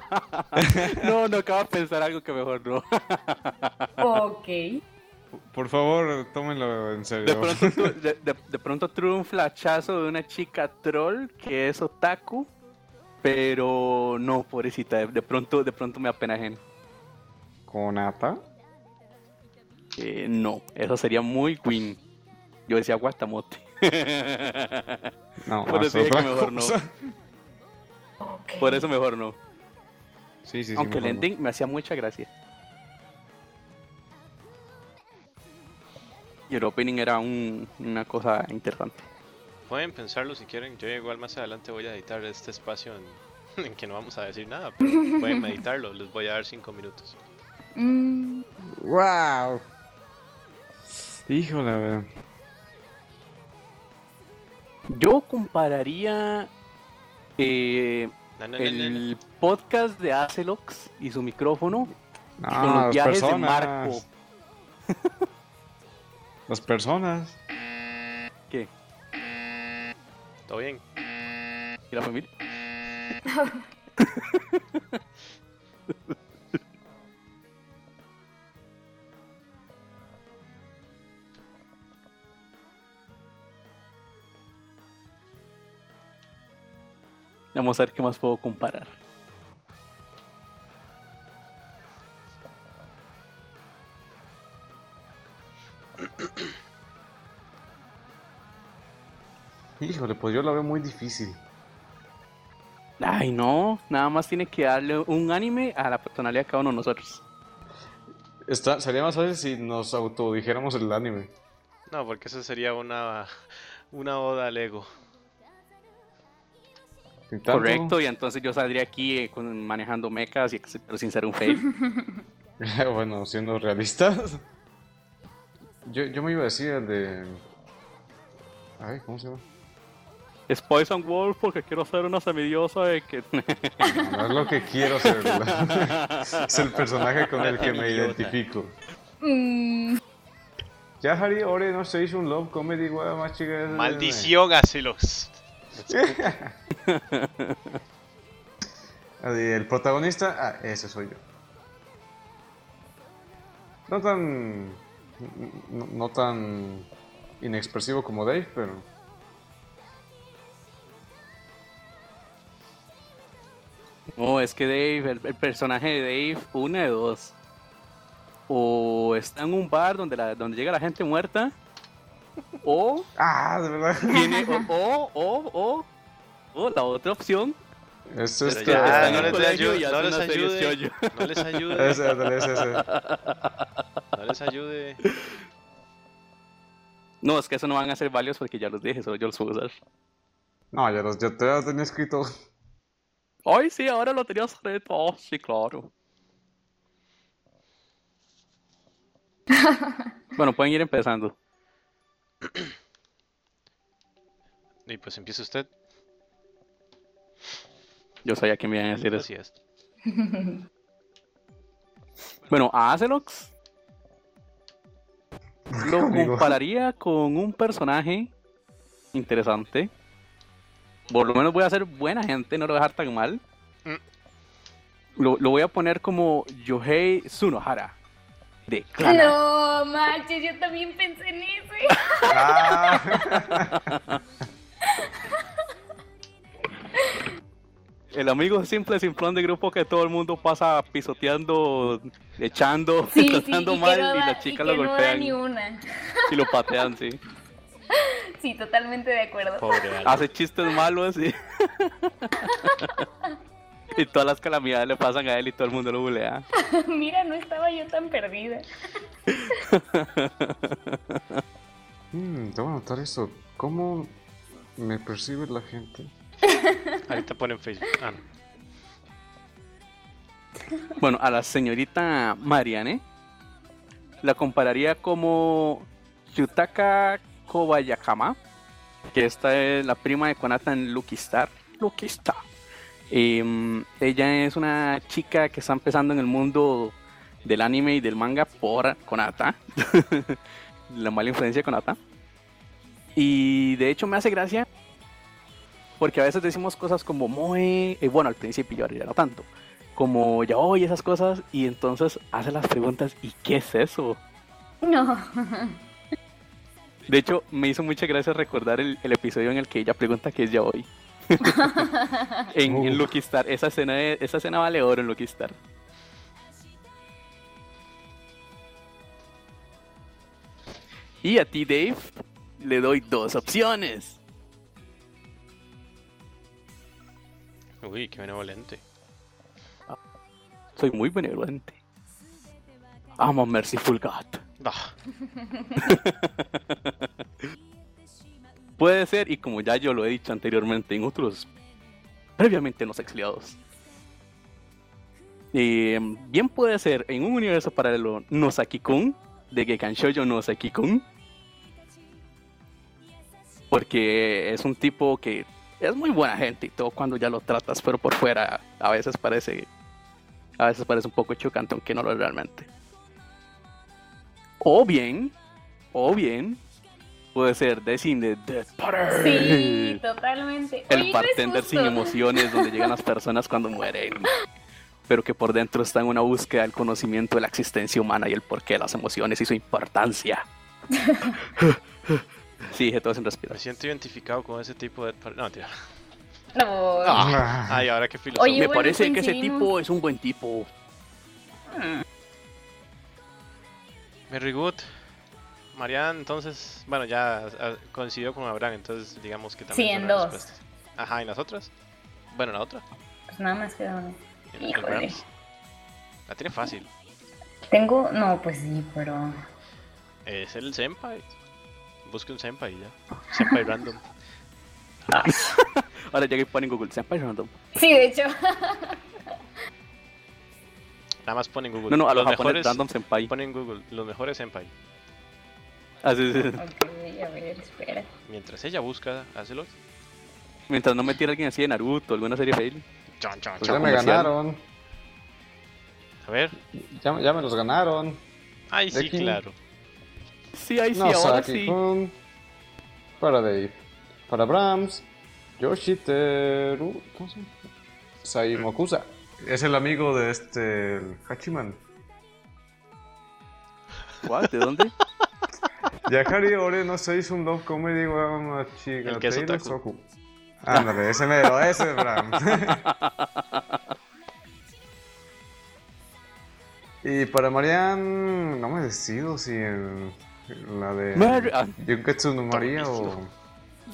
No, no acabo de pensar algo que mejor no.
Ok.
Por favor, tómenlo en
De
serio.
pronto, tu- de, de- de pronto tuve un flachazo de una chica troll que es otaku, pero no, pobrecita, de, de pronto, de pronto me apenajen.
¿Con Ata?
Eh, no, eso sería muy win. Yo decía guatamote.
No,
Bueno,
haz
sí, que
Ah, otra
mejor no.
cosa.
Ok.
Por eso mejor no.
Sí, sí, sí.
Aunque el
mejor no.
ending me hacía mucha gracia. Y el opening era un- una cosa interesante.
Pueden pensarlo si quieren. Yo igual más adelante voy a editar este espacio en, [laughs] en que no vamos a decir nada, pero pueden meditarlo. Les voy a dar cinco minutos.
Mm,
¡Wow! Híjole, güey.
Yo compararía eh,
Na, na, na, na, na.
el podcast de Acelox y su micrófono
No,
con los
Ah, las
viajes
personas.
de Marco.
Las personas.
¿Qué?
¿Todo bien?
¿Y la familia? [laughs] Vamos a ver qué más puedo comparar.
Híjole, pues yo la veo muy difícil.
Ay, no, nada más tiene que darle un anime a la personalidad de cada uno de nosotros.
Está, sería más fácil si nos autodijéramos el anime.
No, porque eso sería una, una oda al ego.
Sin tanto-
Correcto, y entonces yo saldría aquí eh, con- manejando mechas, y, ex- pero sin ser un fail.
[laughs] bueno, siendo realistas. Yo, yo me iba a decir el de. Ay, ¿cómo se llama?
[laughs] Es Poison Wolf porque quiero ser una semidiosa de que...
No es lo que quiero ser. la- [laughs] es el personaje con el que me
Idiota.
identifico.
mm,
Ya Harry Ore no se hizo un love comedy, guay, más chica.
Maldición, hácelos.
Ah, El protagonista, ah, ese soy yo. No tan. No, no tan. inexpresivo como Dave, pero.
[laughs] No, es que Dave, el, el personaje de Dave, una de dos. O está en un bar donde, la, donde llega la gente muerta, o
¡Ah, de verdad!
tiene... O, o, o, o, o la otra opción.
[laughs] Es
Pero
este.
ya,
está en
no
el
les
colegio
ayude,
y hace
no les
una serie
ayude.
shoujo.
No les
[laughs]
ayude,
Ese, ándale, ese, ese.
no les ayude.
No, es que eso no van a ser válidos porque ya los dije, solo yo los puedo usar.
No, ya, los, ya te ya tenía escrito. [laughs]
Ay, sí, ahora lo tenías reto. Oh, sí, claro. bueno, pueden ir empezando.
Y pues empieza usted.
Yo sabía que me iban a decir eso.
Así es.
Bueno, a Acelox lo
Amigo.
compararía con un personaje interesante. Por lo menos voy a ser buena gente, no lo voy a dejar tan mal. Lo, lo voy a poner como Yohei Tsunohara de Clana.
No, manches, yo también pensé en ese.
¡Ah!
El amigo simple simplón de grupo que todo el mundo pasa pisoteando, echando, [laughs]
Sí, sí, y,
tratando
que
mal
no
y
da-
las chicas
y que
lo
no da
golpean
ni una.
y lo patean,
[laughs]
sí.
Sí, totalmente de acuerdo.
Pobre Alan.
Hace chistes malos y... [laughs] y todas las calamidades le pasan a él y todo el mundo lo bulea.
[laughs] Mira, no estaba yo tan perdida.
Hmm, te voy a notar esto. ¿Cómo me percibe la gente?
Ahorita ponen Facebook. Ah, no.
Bueno, a la señorita Mariane la compararía como Yutaka Kobayakama, que esta es la prima de Konata en Lucky Star. Lucky Star. Em, ella es una chica que está empezando en el mundo del anime y del manga por Konata. [laughs] la mala influencia de Konata. Y de hecho me hace gracia porque a veces decimos cosas como Moe, eh, bueno, al principio yo ahora ya no tanto como ya oye esas cosas y entonces hace las preguntas ¿y qué es eso?
No.
De hecho, me hizo mucha gracia recordar el, el episodio en el que ella pregunta qué es ya hoy. [laughs] en, en
Uh.
Lucky Star, esa escena, es- esa escena vale oro en Lucky Star. Y a ti, Dave, le doy dos opciones.
Uy, qué benevolente.
Soy muy benevolente. Amo a Merciful God.
Ah,
Puede ser, y como ya yo lo he dicho anteriormente en otros, previamente en los exiliados. Eh, bien puede ser en un universo paralelo Nosaki-kun, de Gekan Shoujo Nosaki-kun. Porque es un tipo que es muy buena gente y todo cuando ya lo tratas, pero por fuera a veces parece a veces parece un poco chocante, aunque no lo es realmente. O bien, o bien, puede ser The Sin de Death
[laughs]
Potter. [laughs]
Sí, totalmente.
El
Oye, no es
bartender sin
justo.
emociones donde llegan las personas cuando mueren. Pero que por dentro está en una búsqueda del conocimiento de la existencia humana y el porqué de las emociones y
[laughs]
su importancia. Sí, dije todo sin
me
respirar.
siento identificado con ese tipo de. No, tira.
No. pues
Ah,
Ah.
Ah,
Ay, ahora qué filósofo.
Oye,
Me
bueno,
parece que ese
coincidimos.
tipo es un buen tipo.
Merry Good. Marian, entonces, bueno, ya ah, coincidió con Abraham, entonces digamos que también.
Sí,
son
en
las
dos.
respuestas. Ajá, ¿y las otras? Bueno, la otra.
Pues nada más queda uno.
El- el
Híjole.
Brahms. La tiene fácil.
Tengo. No, pues sí, pero.
Es el Senpai. Busque un Senpai ya. Senpai random.
Ahora llega y pone en Google Senpai Random.
Sí, de hecho. [laughs]
Nada más ponen Google.
No, no, a los, japoneses
mejores.
Random Senpai.
Ponen Google, los mejores Senpai.
Ah, sí, sí.
Ok, a ver, espera.
Mientras ella busca, hazlo.
Mientras no metiera alguien así de Naruto, alguna serie fail.
Chon, chon,
Pues
chon.
ya me
comercial.
ganaron.
A ver.
Ya, ya me los ganaron.
Ay,
¿De
sí,
quién?
claro.
Sí, ahí sí, ahora sí.
Nosaki-kun. Para Dave. Para Brahms. Yoshiteru. ¿Cómo se llama? Saimokusa. Eh, Es el amigo de este. el Hachiman.
¿What? ¿De dónde?
Yakari Ore no se hizo un love comedy wa ma chiga
El que es
teira
otaku.
soku. Ándale, ese mero, ese es [laughs] Brahms. y para Marian, no me decido si el- la de
Mar- ah.
Yunketsu no María o.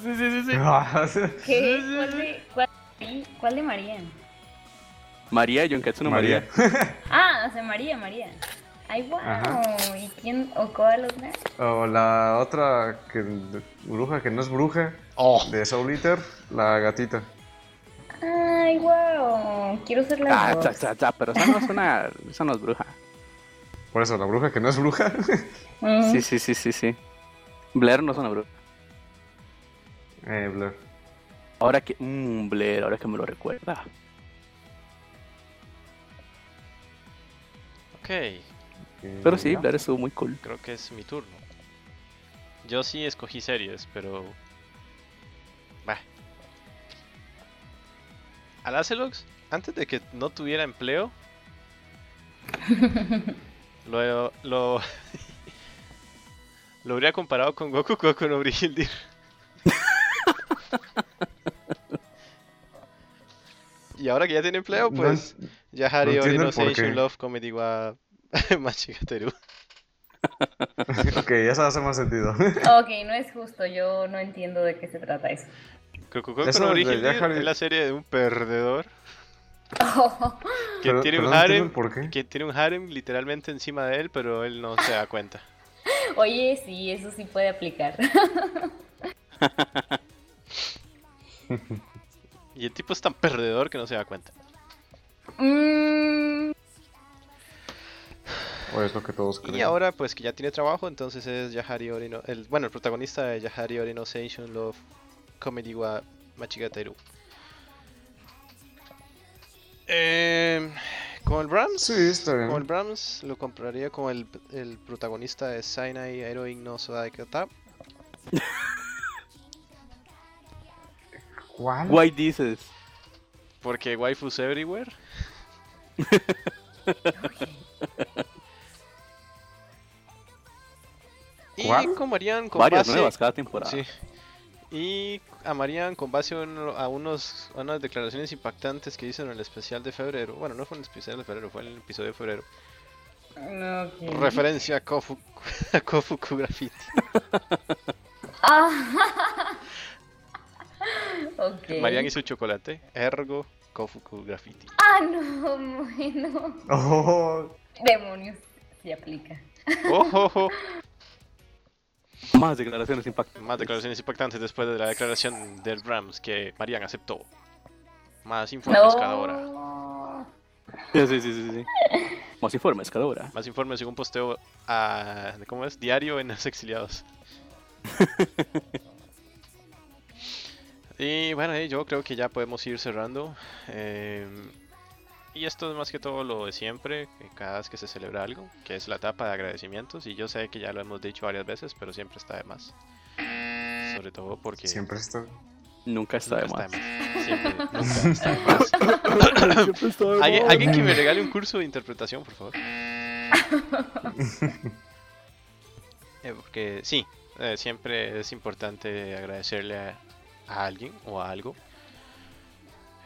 Sí, sí, sí,
[laughs]
sí. [laughs]
¿Qué? ¿Cuál de, cuál, cuál de María?
María, Yonkatsu no María.
Ah, o sea, María, María. Ay, wow.
Ajá.
¿Y quién o cuál otra?
[laughs] O la otra que, bruja que no es bruja, de Soul Eater, la gatita.
Ay, wow. Quiero ser la
Ah,
dos.
ta, ta, ta, pero esa no es una, esa no es bruja.
Por eso, la bruja que no es bruja. [laughs]
Mm.
Sí, sí, sí, sí, sí. Blair no es una bruja.
eh, Blair.
Ahora que, mmm, Blair, ahora que me lo recuerda.
Ok.
Eh,
Pero sí,
ya.
Blair estuvo muy cool.
Creo que es mi turno. Yo sí escogí series, pero. Bah. Al Acelox, antes de que no tuviera empleo, lo. lo. [laughs] lo habría comparado con Goku Goku no Brigildir. Y ahora que ya tiene empleo, [laughs]
No
pues ya Harry
no
no
entiendo el
Innovation
porqué.
Love Comedy wa [laughs] Machigateru.
ok, eso hace más sentido.
Ok, no es justo, yo no entiendo de qué se trata eso. [laughs]
Kokoko
Eso
con
de
origen
ya
es
Harry-
la serie de un perdedor que
[laughs] Pero-
tiene
pero
un
no entiendo
harem,
el por qué.
eh, que tiene un harem literalmente encima de él, pero él no se da cuenta.
Oye, sí, eso sí puede aplicar. [laughs]
Y el tipo es tan perdedor que no se da cuenta.
Mm,
O es lo que todos creen.
Y ahora, pues que ya tiene trabajo, entonces es Yahari Orino. El, bueno, el protagonista de Yahari Orino Seishun Love Comedy wa Machigateru. Eh, con el Brahms.
Sí, está bien.
Con el Brahms lo compraría con el, el protagonista de Sainai Heroin no Sodaikata.
¿Cuál?
Why dices?
Porque waifus everywhere. y
¿Cuál?
con Marian con
Varias
base-
nuevas cada temporada.
Sí. Y a Marian con base a, uno- a unos, a unas declaraciones impactantes que hizo en el especial de febrero. Bueno, no fue en el especial de febrero, fue en el episodio de febrero.
ok.
Referencia a Kofu, [laughs] a Kofuku Graffiti.
Ah. [laughs] ok.
Marian hizo chocolate, ergo Kofuku Graffiti.
Ah, no, bueno.
Oh,
Demonios, se aplica.
¡Ojo!
Más declaraciones impactantes.
Más declaraciones impactantes después de la declaración del Rams que Marian aceptó. Más informes cada hora.
No.
Sí, sí, sí, sí, sí. Más informes cada hora.
Más informes según posteo a. ¿Cómo es? Diario en los exiliados. y bueno, eh, yo creo que ya podemos ir cerrando. Eh, y esto es más que todo lo de siempre, que cada vez que se celebra algo, que es la etapa de agradecimientos. Y yo sé que ya lo hemos dicho varias veces, pero siempre está de más. Sobre todo porque.
siempre está.
Nunca está de
Nunca
más.
está de más. Siempre, nunca está de más. [laughs]
[laughs]
¿Alguien, alguien que me regale un curso de interpretación, por favor. Eh, porque sí, eh, siempre es importante agradecerle a, a alguien o a algo.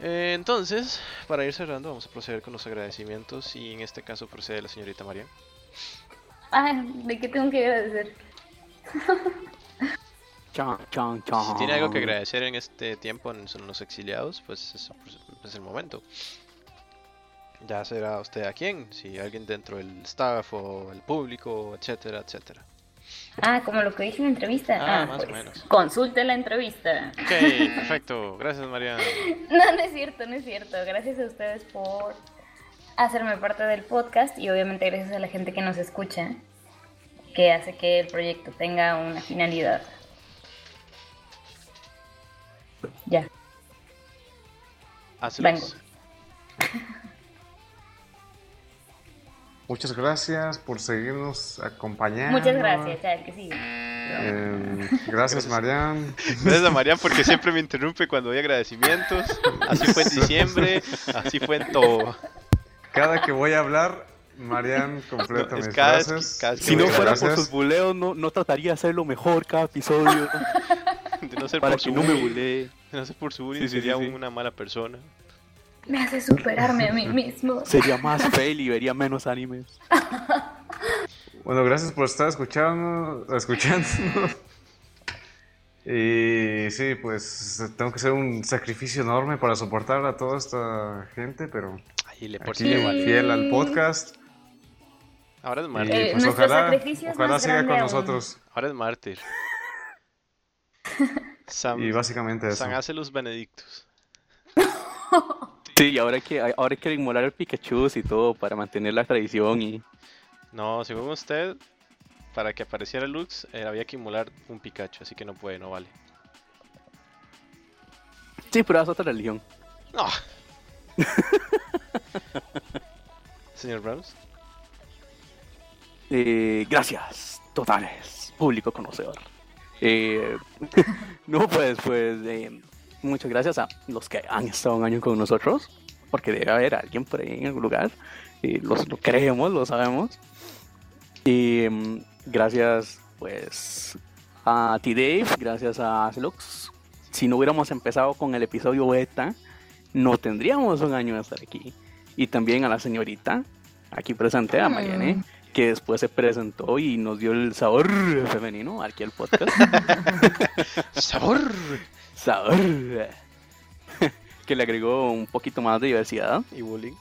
Eh, entonces, para ir cerrando, vamos a proceder con los agradecimientos y en este caso procede la señorita María.
Ah, ¿de qué tengo que agradecer?
Chan, chan, chan.
Si tiene algo que agradecer en este tiempo en son los exiliados, pues es, es el momento. Ya será usted a quién, si alguien dentro del staff o el público, etcétera, etcétera.
Ah, como lo que dije en la entrevista.
Ah,
Ah,
más o
pues,
menos.
Consulte la entrevista.
Ok, perfecto. Gracias, María.
[laughs] No, no es cierto, no es cierto. Gracias a ustedes por hacerme parte del podcast y obviamente gracias a la gente que nos escucha, que hace que el proyecto tenga una finalidad. Ya.
Hazlos.
Muchas gracias por seguirnos acompañando.
Muchas gracias, al que sigue.
Eh, gracias, Marian.
Gracias a María porque siempre me interrumpe cuando hay agradecimientos. Así fue en diciembre, así fue en todo.
Cada que voy a hablar, Marian completa
No, es
mis
cada vez que-
frases.
cada vez que
Si no
Muchas
fuera por
Gracias.
sus buleos, no, no trataría de hacerlo mejor cada episodio.
De no ser
para
por
que
su
no me
bullying,
bulee.
de no ser por su bullying,
Sí, sí, sí,
sería
sí.
una mala persona.
Me hace superarme
[laughs]
a mí mismo.
Sería más fail y vería menos animes.
Bueno, gracias por estar escuchando, escuchándonos. Y sí, pues tengo que hacer un sacrificio enorme para soportar a toda esta gente, pero
Ahí le por si
aquí
le vale.
fiel al podcast.
Ahora es
Y
mártir.
Eh,
pues
nuestro
ojalá,
sacrificio es
ojalá
más
siga
grande
con
aún.
nosotros.
Ahora es [laughs] mártir. Sam,
Y básicamente eso.
San hace los benedictos.
Sí, y ahora hay que, ahora hay que inmolar el Pikachu y todo para mantener la tradición y.
No, según usted, para que apareciera Lux eh, había que inmolar un Pikachu, así que no puede, no vale.
Sí, pero es otra religión.
No. Señor Browns,
Eh, gracias, totales, público conocedor. Eh, no, pues, pues, eh, muchas gracias a los que han estado un año con nosotros, porque debe haber alguien por ahí en algún lugar. eh, los, lo creemos, lo sabemos. Y mm, gracias, pues, a ti, Dave, gracias a Celux. Si no hubiéramos empezado con el episodio beta, no tendríamos un año de estar aquí. Y también a la señorita, aquí presente, a Marianne, que después se presentó y nos dio el sabor femenino aquí al podcast.
[laughs] ¡Sabor!
sabor. [laughs] que le agregó un poquito más de diversidad
Y bullying.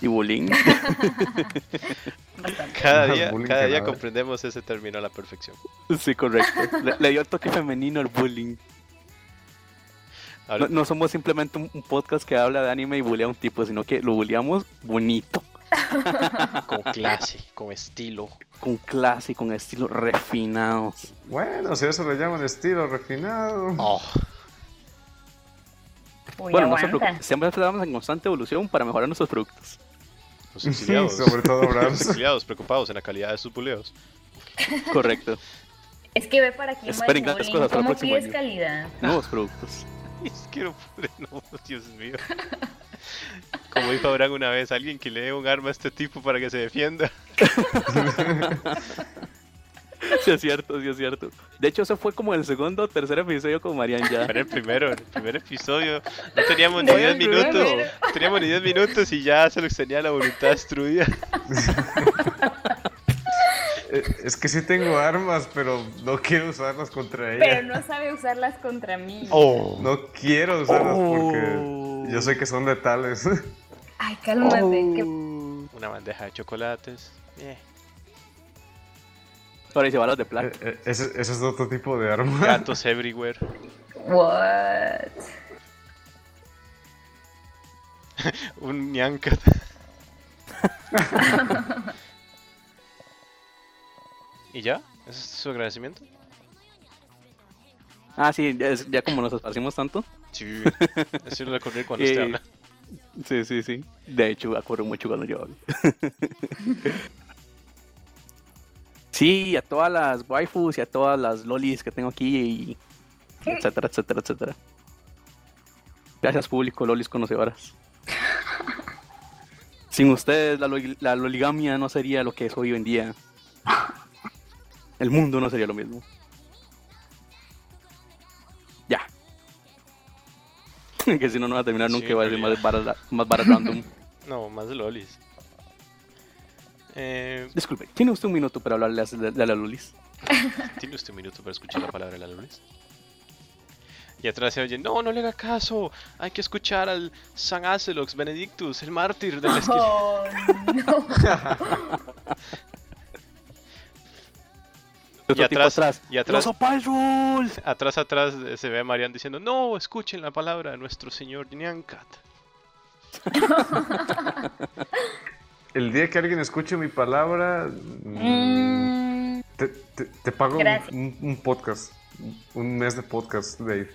y bullying. [laughs]
Bastante.
Cada
Más
día,
[laughs] bullying
cada
que
día
nada.
comprendemos ese término a la perfección.
sí, correcto. Le, le dio el toque femenino al bullying. No,
Ahora,
no somos simplemente un, un podcast que habla de anime y bulea a un tipo, sino que lo buleamos bonito,
con clase, con estilo.
con clase, con estilo refinado.
Bueno, si a eso le llaman estilo refinado. [laughs]
Oh,
Uy,
bueno, no se
aguanta.
preocupen, siempre estamos en constante evolución para mejorar nuestros productos.
los
Sí,
exiliados.
[laughs] sobre todo
Los
Brahms. [laughs]
exiliados preocupados en la calidad de sus buleos.
Correcto,
[laughs] Es que ve para quién
Esperen
va el
grandes
bullying.
cosas para el
¿Cómo
próximo
pides
año.
calidad?
nuevos productos. [laughs]
[laughs] Es que no pude, no, Dios mío. Como dijo Abraham una vez, alguien que le dé un arma a este tipo para que se defienda. [laughs]
Sí, es cierto, sí, es cierto. De hecho, eso fue como el segundo o tercer episodio con Marian ya.
Pero el primero, el primer episodio, no teníamos ni
No,
10
el
minutos.
primero.
No teníamos ni 10 minutos y ya se lo tenía la voluntad destruida.
Eh, Es que sí tengo armas, pero no quiero usarlas contra
Pero
ella.
no sabe usarlas contra mí.
Oh.
No quiero usarlas
Oh.
porque yo sé que son letales. [laughs] E-,
Ay, cálmate. que-
Una bandeja de chocolates. Eh,
Ahora dice balas de
Eh,
plata.
eh, Ese, ese es otro tipo de arma. [laughs]
Gatos everywhere.
What?
Un ñanca. [laughs] ¿Y ya? ¿Ese es su agradecimiento?
Ah, sí, ya, es- ya como nos esparcimos tanto.
Sí. Eso lo recordé cuando
Eh,
usted habla.
Sí, sí, sí. De hecho, acuerdo mucho cuando yo hablo. sí, a todas las waifus y a todas las lolis que tengo aquí, y etcétera, etcétera, etcétera. Gracias, público, lolis [laughs] conocedoras. Sin ustedes, la, lo- la loligamia no sería lo que es hoy en día. El mundo no sería lo mismo. Ya. [laughs] que si no, no va a terminar
Sí,
nunca. va a
en
ser
realidad.
más barra, más barra random. [laughs]
No, más de lolis. Eh,
Disculpe, ¿tiene usted un minuto para hablarle a, a la lolis?
¿Tiene usted un minuto para escuchar la palabra de la lunes? Y atrás se oye, no, no le haga caso, hay que escuchar al San Acelox Benedictus, el mártir de la
[laughs]
esquina.
Oh, no.
Otro tipo
atrás, y atrás.
¡Los Opal Rules!
Atrás, atrás eh, se ve a Marian diciendo, no, escuchen la palabra de nuestro señor Nyankat.
El día que alguien escuche mi palabra, mm,
Mm,
te, te- te pago un,
Gracias.
un- un podcast. Un mes de podcast, Dave.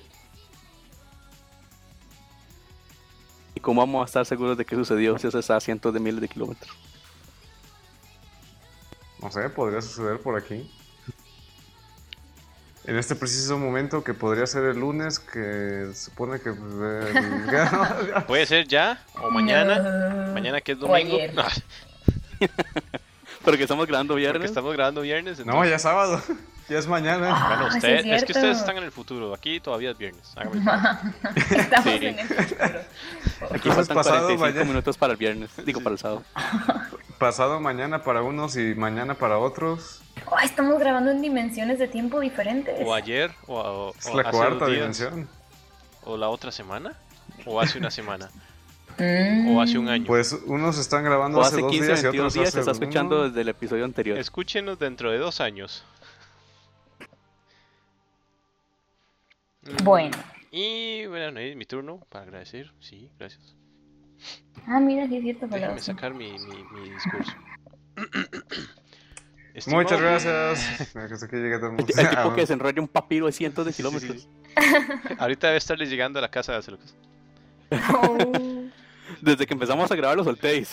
¿Y cómo vamos a estar seguros de que sucedió si eso está a cientos de miles de kilómetros?
No sé, podría suceder por aquí. En este preciso momento, que podría ser el lunes, que se supone que. pues, [laughs] el-
Puede ser ya, o mañana,
no. [laughs]
mañana que es
O
domingo. Ah,
ayer.
No,
Pero que estamos grabando
porque
viernes.
estamos grabando viernes.
no,
Entonces,
ya es sábado. [laughs] Ya es mañana.
bueno,
Ah, sí
usted-
es
es, que
cierto.
ustedes están en el futuro, aquí todavía es viernes. hágame
[laughs]
el favor.
Estamos
Sí.
en el futuro.
Aquí
Entonces,
faltan
Pues pasado
45
mañana.
minutos para el viernes. Digo, para el sábado.
Pasado mañana para unos y mañana para otros.
Oh, estamos grabando en dimensiones de tiempo diferentes.
O ayer, o, o-
Es
o
la
hace dos
cuarta
días,
dimensión.
o la otra semana, o hace una semana,
Mm.
o hace un año.
Pues unos están grabando
O
hace,
hace
dos
15,
días y
22
otros
días,
hace
se está escuchando
uno.
desde el episodio anterior.
Escúchenos dentro de dos años.
[laughs]
Mm,
Bueno.
Y bueno, es mi turno para agradecer. Sí, gracias.
Ah, mira, sí es cierto, pero [laughs]
Déjame sacar mi, mi, mi
[coughs]
discurso. Estimado-
Muchas
[laughs]
gracias. Mira que hasta aquí llegué todo el
El,
mundo.
ti- el tipo que desenrolla un papiro de cientos de
Sí, sí, sí.
kilómetros.
[laughs] Ahorita debe estarles llegando a la casa de Acelucas.
Oh.
Desde que empezamos a grabar los soltéis.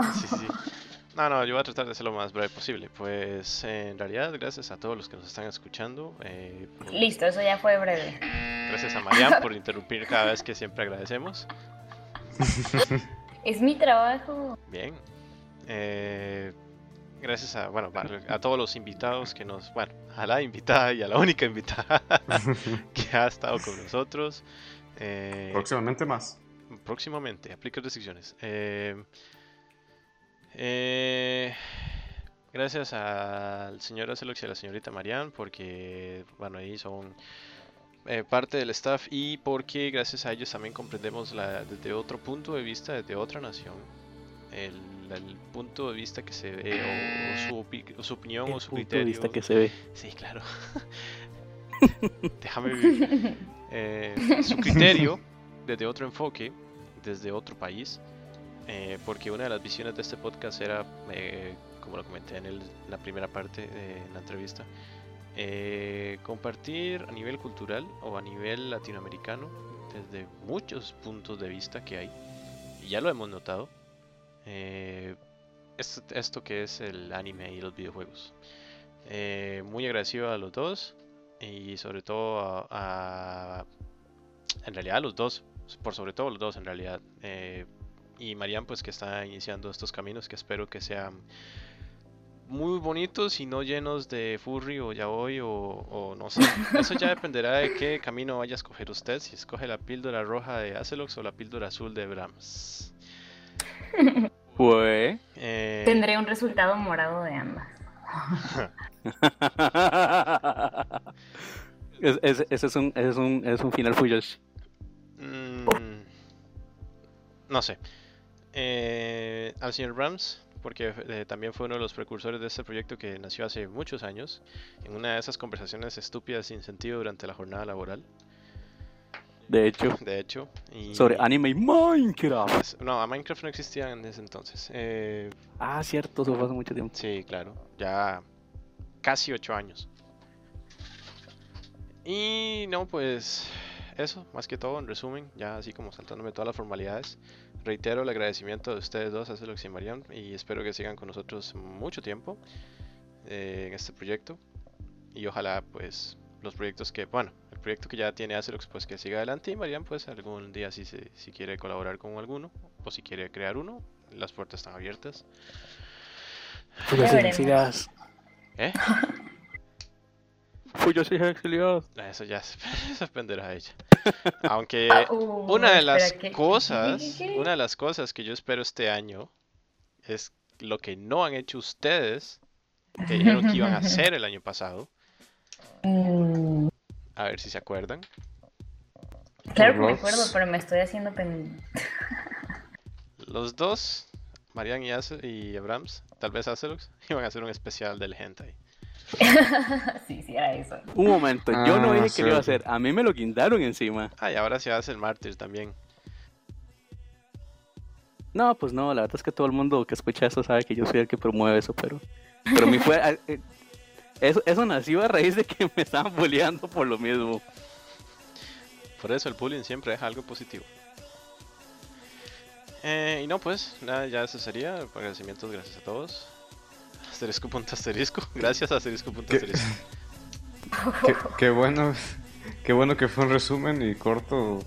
Sí,
[laughs]
sí, sí. No, no, yo voy a tratar de ser lo más breve posible. Pues eh, en realidad, gracias a todos los que nos están escuchando. eh, por-
Listo, eso ya fue breve.
Gracias a Marian por interrumpir cada vez que siempre agradecemos.
Es mi
[laughs]
trabajo.
Bien. Eh, gracias a, bueno, a- a todos los invitados que nos, [laughs] bueno, a la invitada y a la única invitada que ha estado con nosotros. Eh,
[laughs] Próximamente más.
próximamente, aplica restricciones. Eh, eh, gracias al señor Acelux y a la señorita Marian porque, bueno, ahí son eh, parte del staff y porque gracias a ellos también comprendemos la- desde otro punto de vista, desde otra nación, el, el punto de vista que se ve o, o su, opi- o su opinión o
El
su
punto de
criterio.
vista que se ve.
Sí, claro. [laughs] Déjame vivir. Eh, su criterio, desde otro enfoque, desde otro país, eh, porque una de las visiones de este podcast era, eh, como lo comenté en el- la primera parte de la entrevista, eh, compartir a nivel cultural o a nivel latinoamericano desde muchos puntos de vista que hay, y ya lo hemos notado, eh, es- esto que es el anime y los videojuegos. Eh, muy agradecido a los dos y sobre todo a, a- en realidad a los dos, por sobre todo a los dos en realidad. eh, y Marian pues que está iniciando estos caminos que espero que sean muy bonitos y no llenos de furry o ya hoy o, o no sé. Eso ya dependerá de qué camino vaya a escoger usted, si escoge la píldora roja de Acelox o la píldora azul de Brahms.
Pues.
Eh,
Tendré un resultado morado de ambas.
[laughs] Es- es- ese, es un, ese es un, es un final Fuyoshi.
Mm, no sé. Eh, al señor Rams, porque eh, también fue uno de los precursores de este proyecto que nació hace muchos años, en una de esas conversaciones estúpidas sin sentido durante la jornada laboral,
De hecho,
de hecho. Y, pues,
sobre anime y Minecraft.
No, a Minecraft no existía en ese entonces. Eh,
Ah, cierto, eso fue hace mucho tiempo.
Sí, claro. Ya casi ocho años. Y no, pues eso, más que todo, en resumen, ya así como saltándome todas las formalidades, reitero el agradecimiento de ustedes dos, Acelox y Marian, y espero que sigan con nosotros mucho tiempo eh, en este proyecto. Y ojalá, pues, los proyectos que, bueno, el proyecto que ya tiene Acelox, pues que siga adelante, y Marian, pues, algún día si, se- si quiere colaborar con alguno, o si quiere crear uno, las puertas están abiertas.
Pues
Fuyoshi
veremos.
exiliadas.
¿Eh?
Fuyoshi exiliadas.
Ah, Eso ya [laughs] se eso dependerá de ella. Aunque
Uh,
Eh, una de las
espera, ¿qué?
cosas,
¿Qué?
una de las cosas que yo espero este año es lo que no han hecho ustedes, que dijeron que iban a hacer el año pasado.
Mm,
A ver si se acuerdan.
Claro que me
Roblox.
acuerdo, pero me estoy haciendo pen...
Los dos, Marian y, Ace- y Abrams, tal vez Acelux, [laughs] iban a hacer un especial del hentai.
[laughs] sí, sí, era eso.
Un momento, yo no
Ah,
dije que lo iba a hacer.
cierto.
A mí me lo guindaron encima.
Ah, y ahora se hace el mártir también.
No, pues no, la verdad es que todo el mundo que escucha eso sabe que yo soy el que promueve eso, pero. Pero mi fue. eh, eh, Eso, eso nació a raíz de que me estaban boleando por lo mismo.
Por eso el bullying siempre deja algo positivo. Eh, y no, pues, nada, ya eso sería. Agradecimientos, gracias a todos. [laughs] Asterisco punto asterisco. [laughs] Gracias, asterisco punto
¿Qué?
asterisco.
Qué, qué bueno, qué bueno que fue un resumen y corto.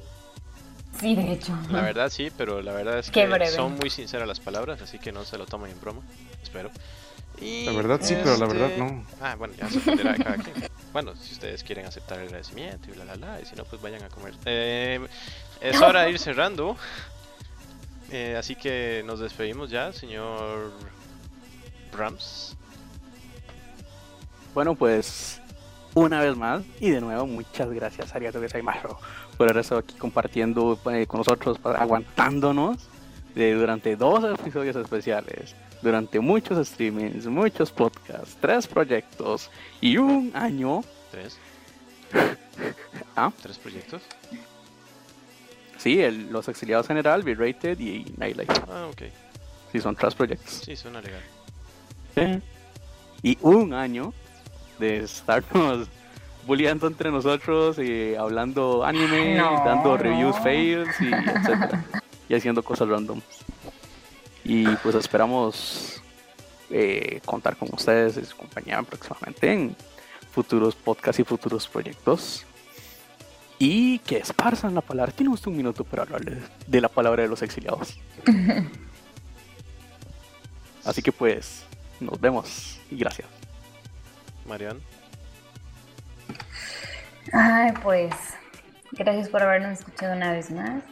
Sí, de hecho.
La verdad sí, pero la verdad es
Qué
que
breve.
son muy sinceras las palabras, así que no se lo tomen en broma. Espero. Y,
La verdad sí, pero la verdad
este,
no.
Ah, bueno, ya se entenderá cada quien. Bueno, si ustedes quieren aceptar el agradecimiento y bla, bla, bla, y si no, pues vayan a comer. Eh, es hora de ir cerrando. Eh, así que nos despedimos ya, señor Rams.
Bueno, pues una vez más y de nuevo muchas gracias Ariato Gesaimajo por haber estado aquí compartiendo eh, con nosotros, pa- aguantándonos eh, durante dos episodios especiales, durante muchos streamings, muchos podcasts, tres proyectos y un año.
Tres.
Ah.
Tres proyectos.
Sí, el- los exiliados general, B-Rated y Nightlife.
Ah, ok.
Sí, son tres proyectos.
Sí, suena legal.
Y un año de estarnos [laughs] bulleando entre nosotros y hablando anime,
No,
dando
no.
reviews fails y
[laughs]
etcétera. Y haciendo cosas random. Y pues esperamos eh, contar con ustedes y su compañía próximamente en futuros podcasts y futuros proyectos. Y que esparzan la palabra. Tiene usted un minuto para hablarles de la palabra de los exiliados. Así que pues, nos vemos y gracias.
Marian.
Ay, pues Gracias por habernos escuchado una vez más.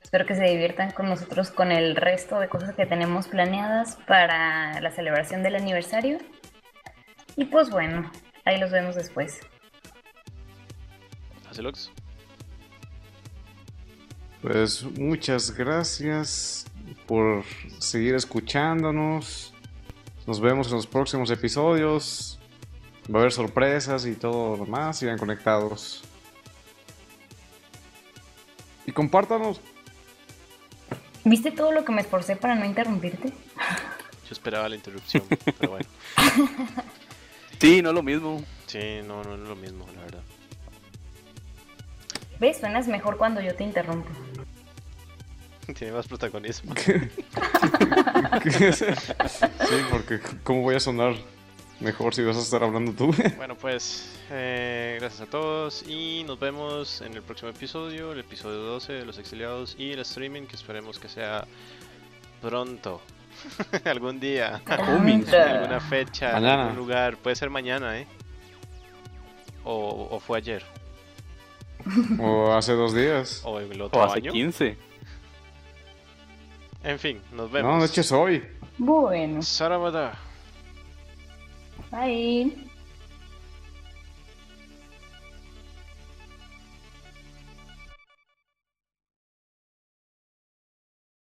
Espero que se diviertan con nosotros con el resto de cosas que tenemos planeadas para la celebración del aniversario. Y pues bueno, ahí los vemos después.
Hacelox.
Pues muchas gracias por seguir escuchándonos. Nos vemos en los próximos episodios. Va a haber sorpresas y todo lo más. Sigan conectados. Y compártanos. [laughs]
¿Viste todo lo que me esforcé para no interrumpirte?
Yo esperaba la interrupción, pero bueno.
Sí, no es lo mismo.
Sí, no, no es lo mismo, la verdad. [laughs]
¿Ves? Suenas mejor cuando yo te interrumpo.
Tiene más protagonismo.
sí, porque ¿cómo voy a sonar mejor si vas a estar hablando tú? [laughs]
Bueno, pues eh, gracias a todos y nos vemos en el próximo episodio, el episodio 12 de Los Exiliados y el streaming que esperemos que sea pronto. [laughs] algún día, alguna fecha, en
Mañana.
algún lugar, puede ser mañana, ¿eh? O, o fue ayer,
o hace dos días.
o el otro
O hace
año.
15.
En fin, nos vemos.
No, de hecho es hoy.
Bueno,
Sarabada.
bye.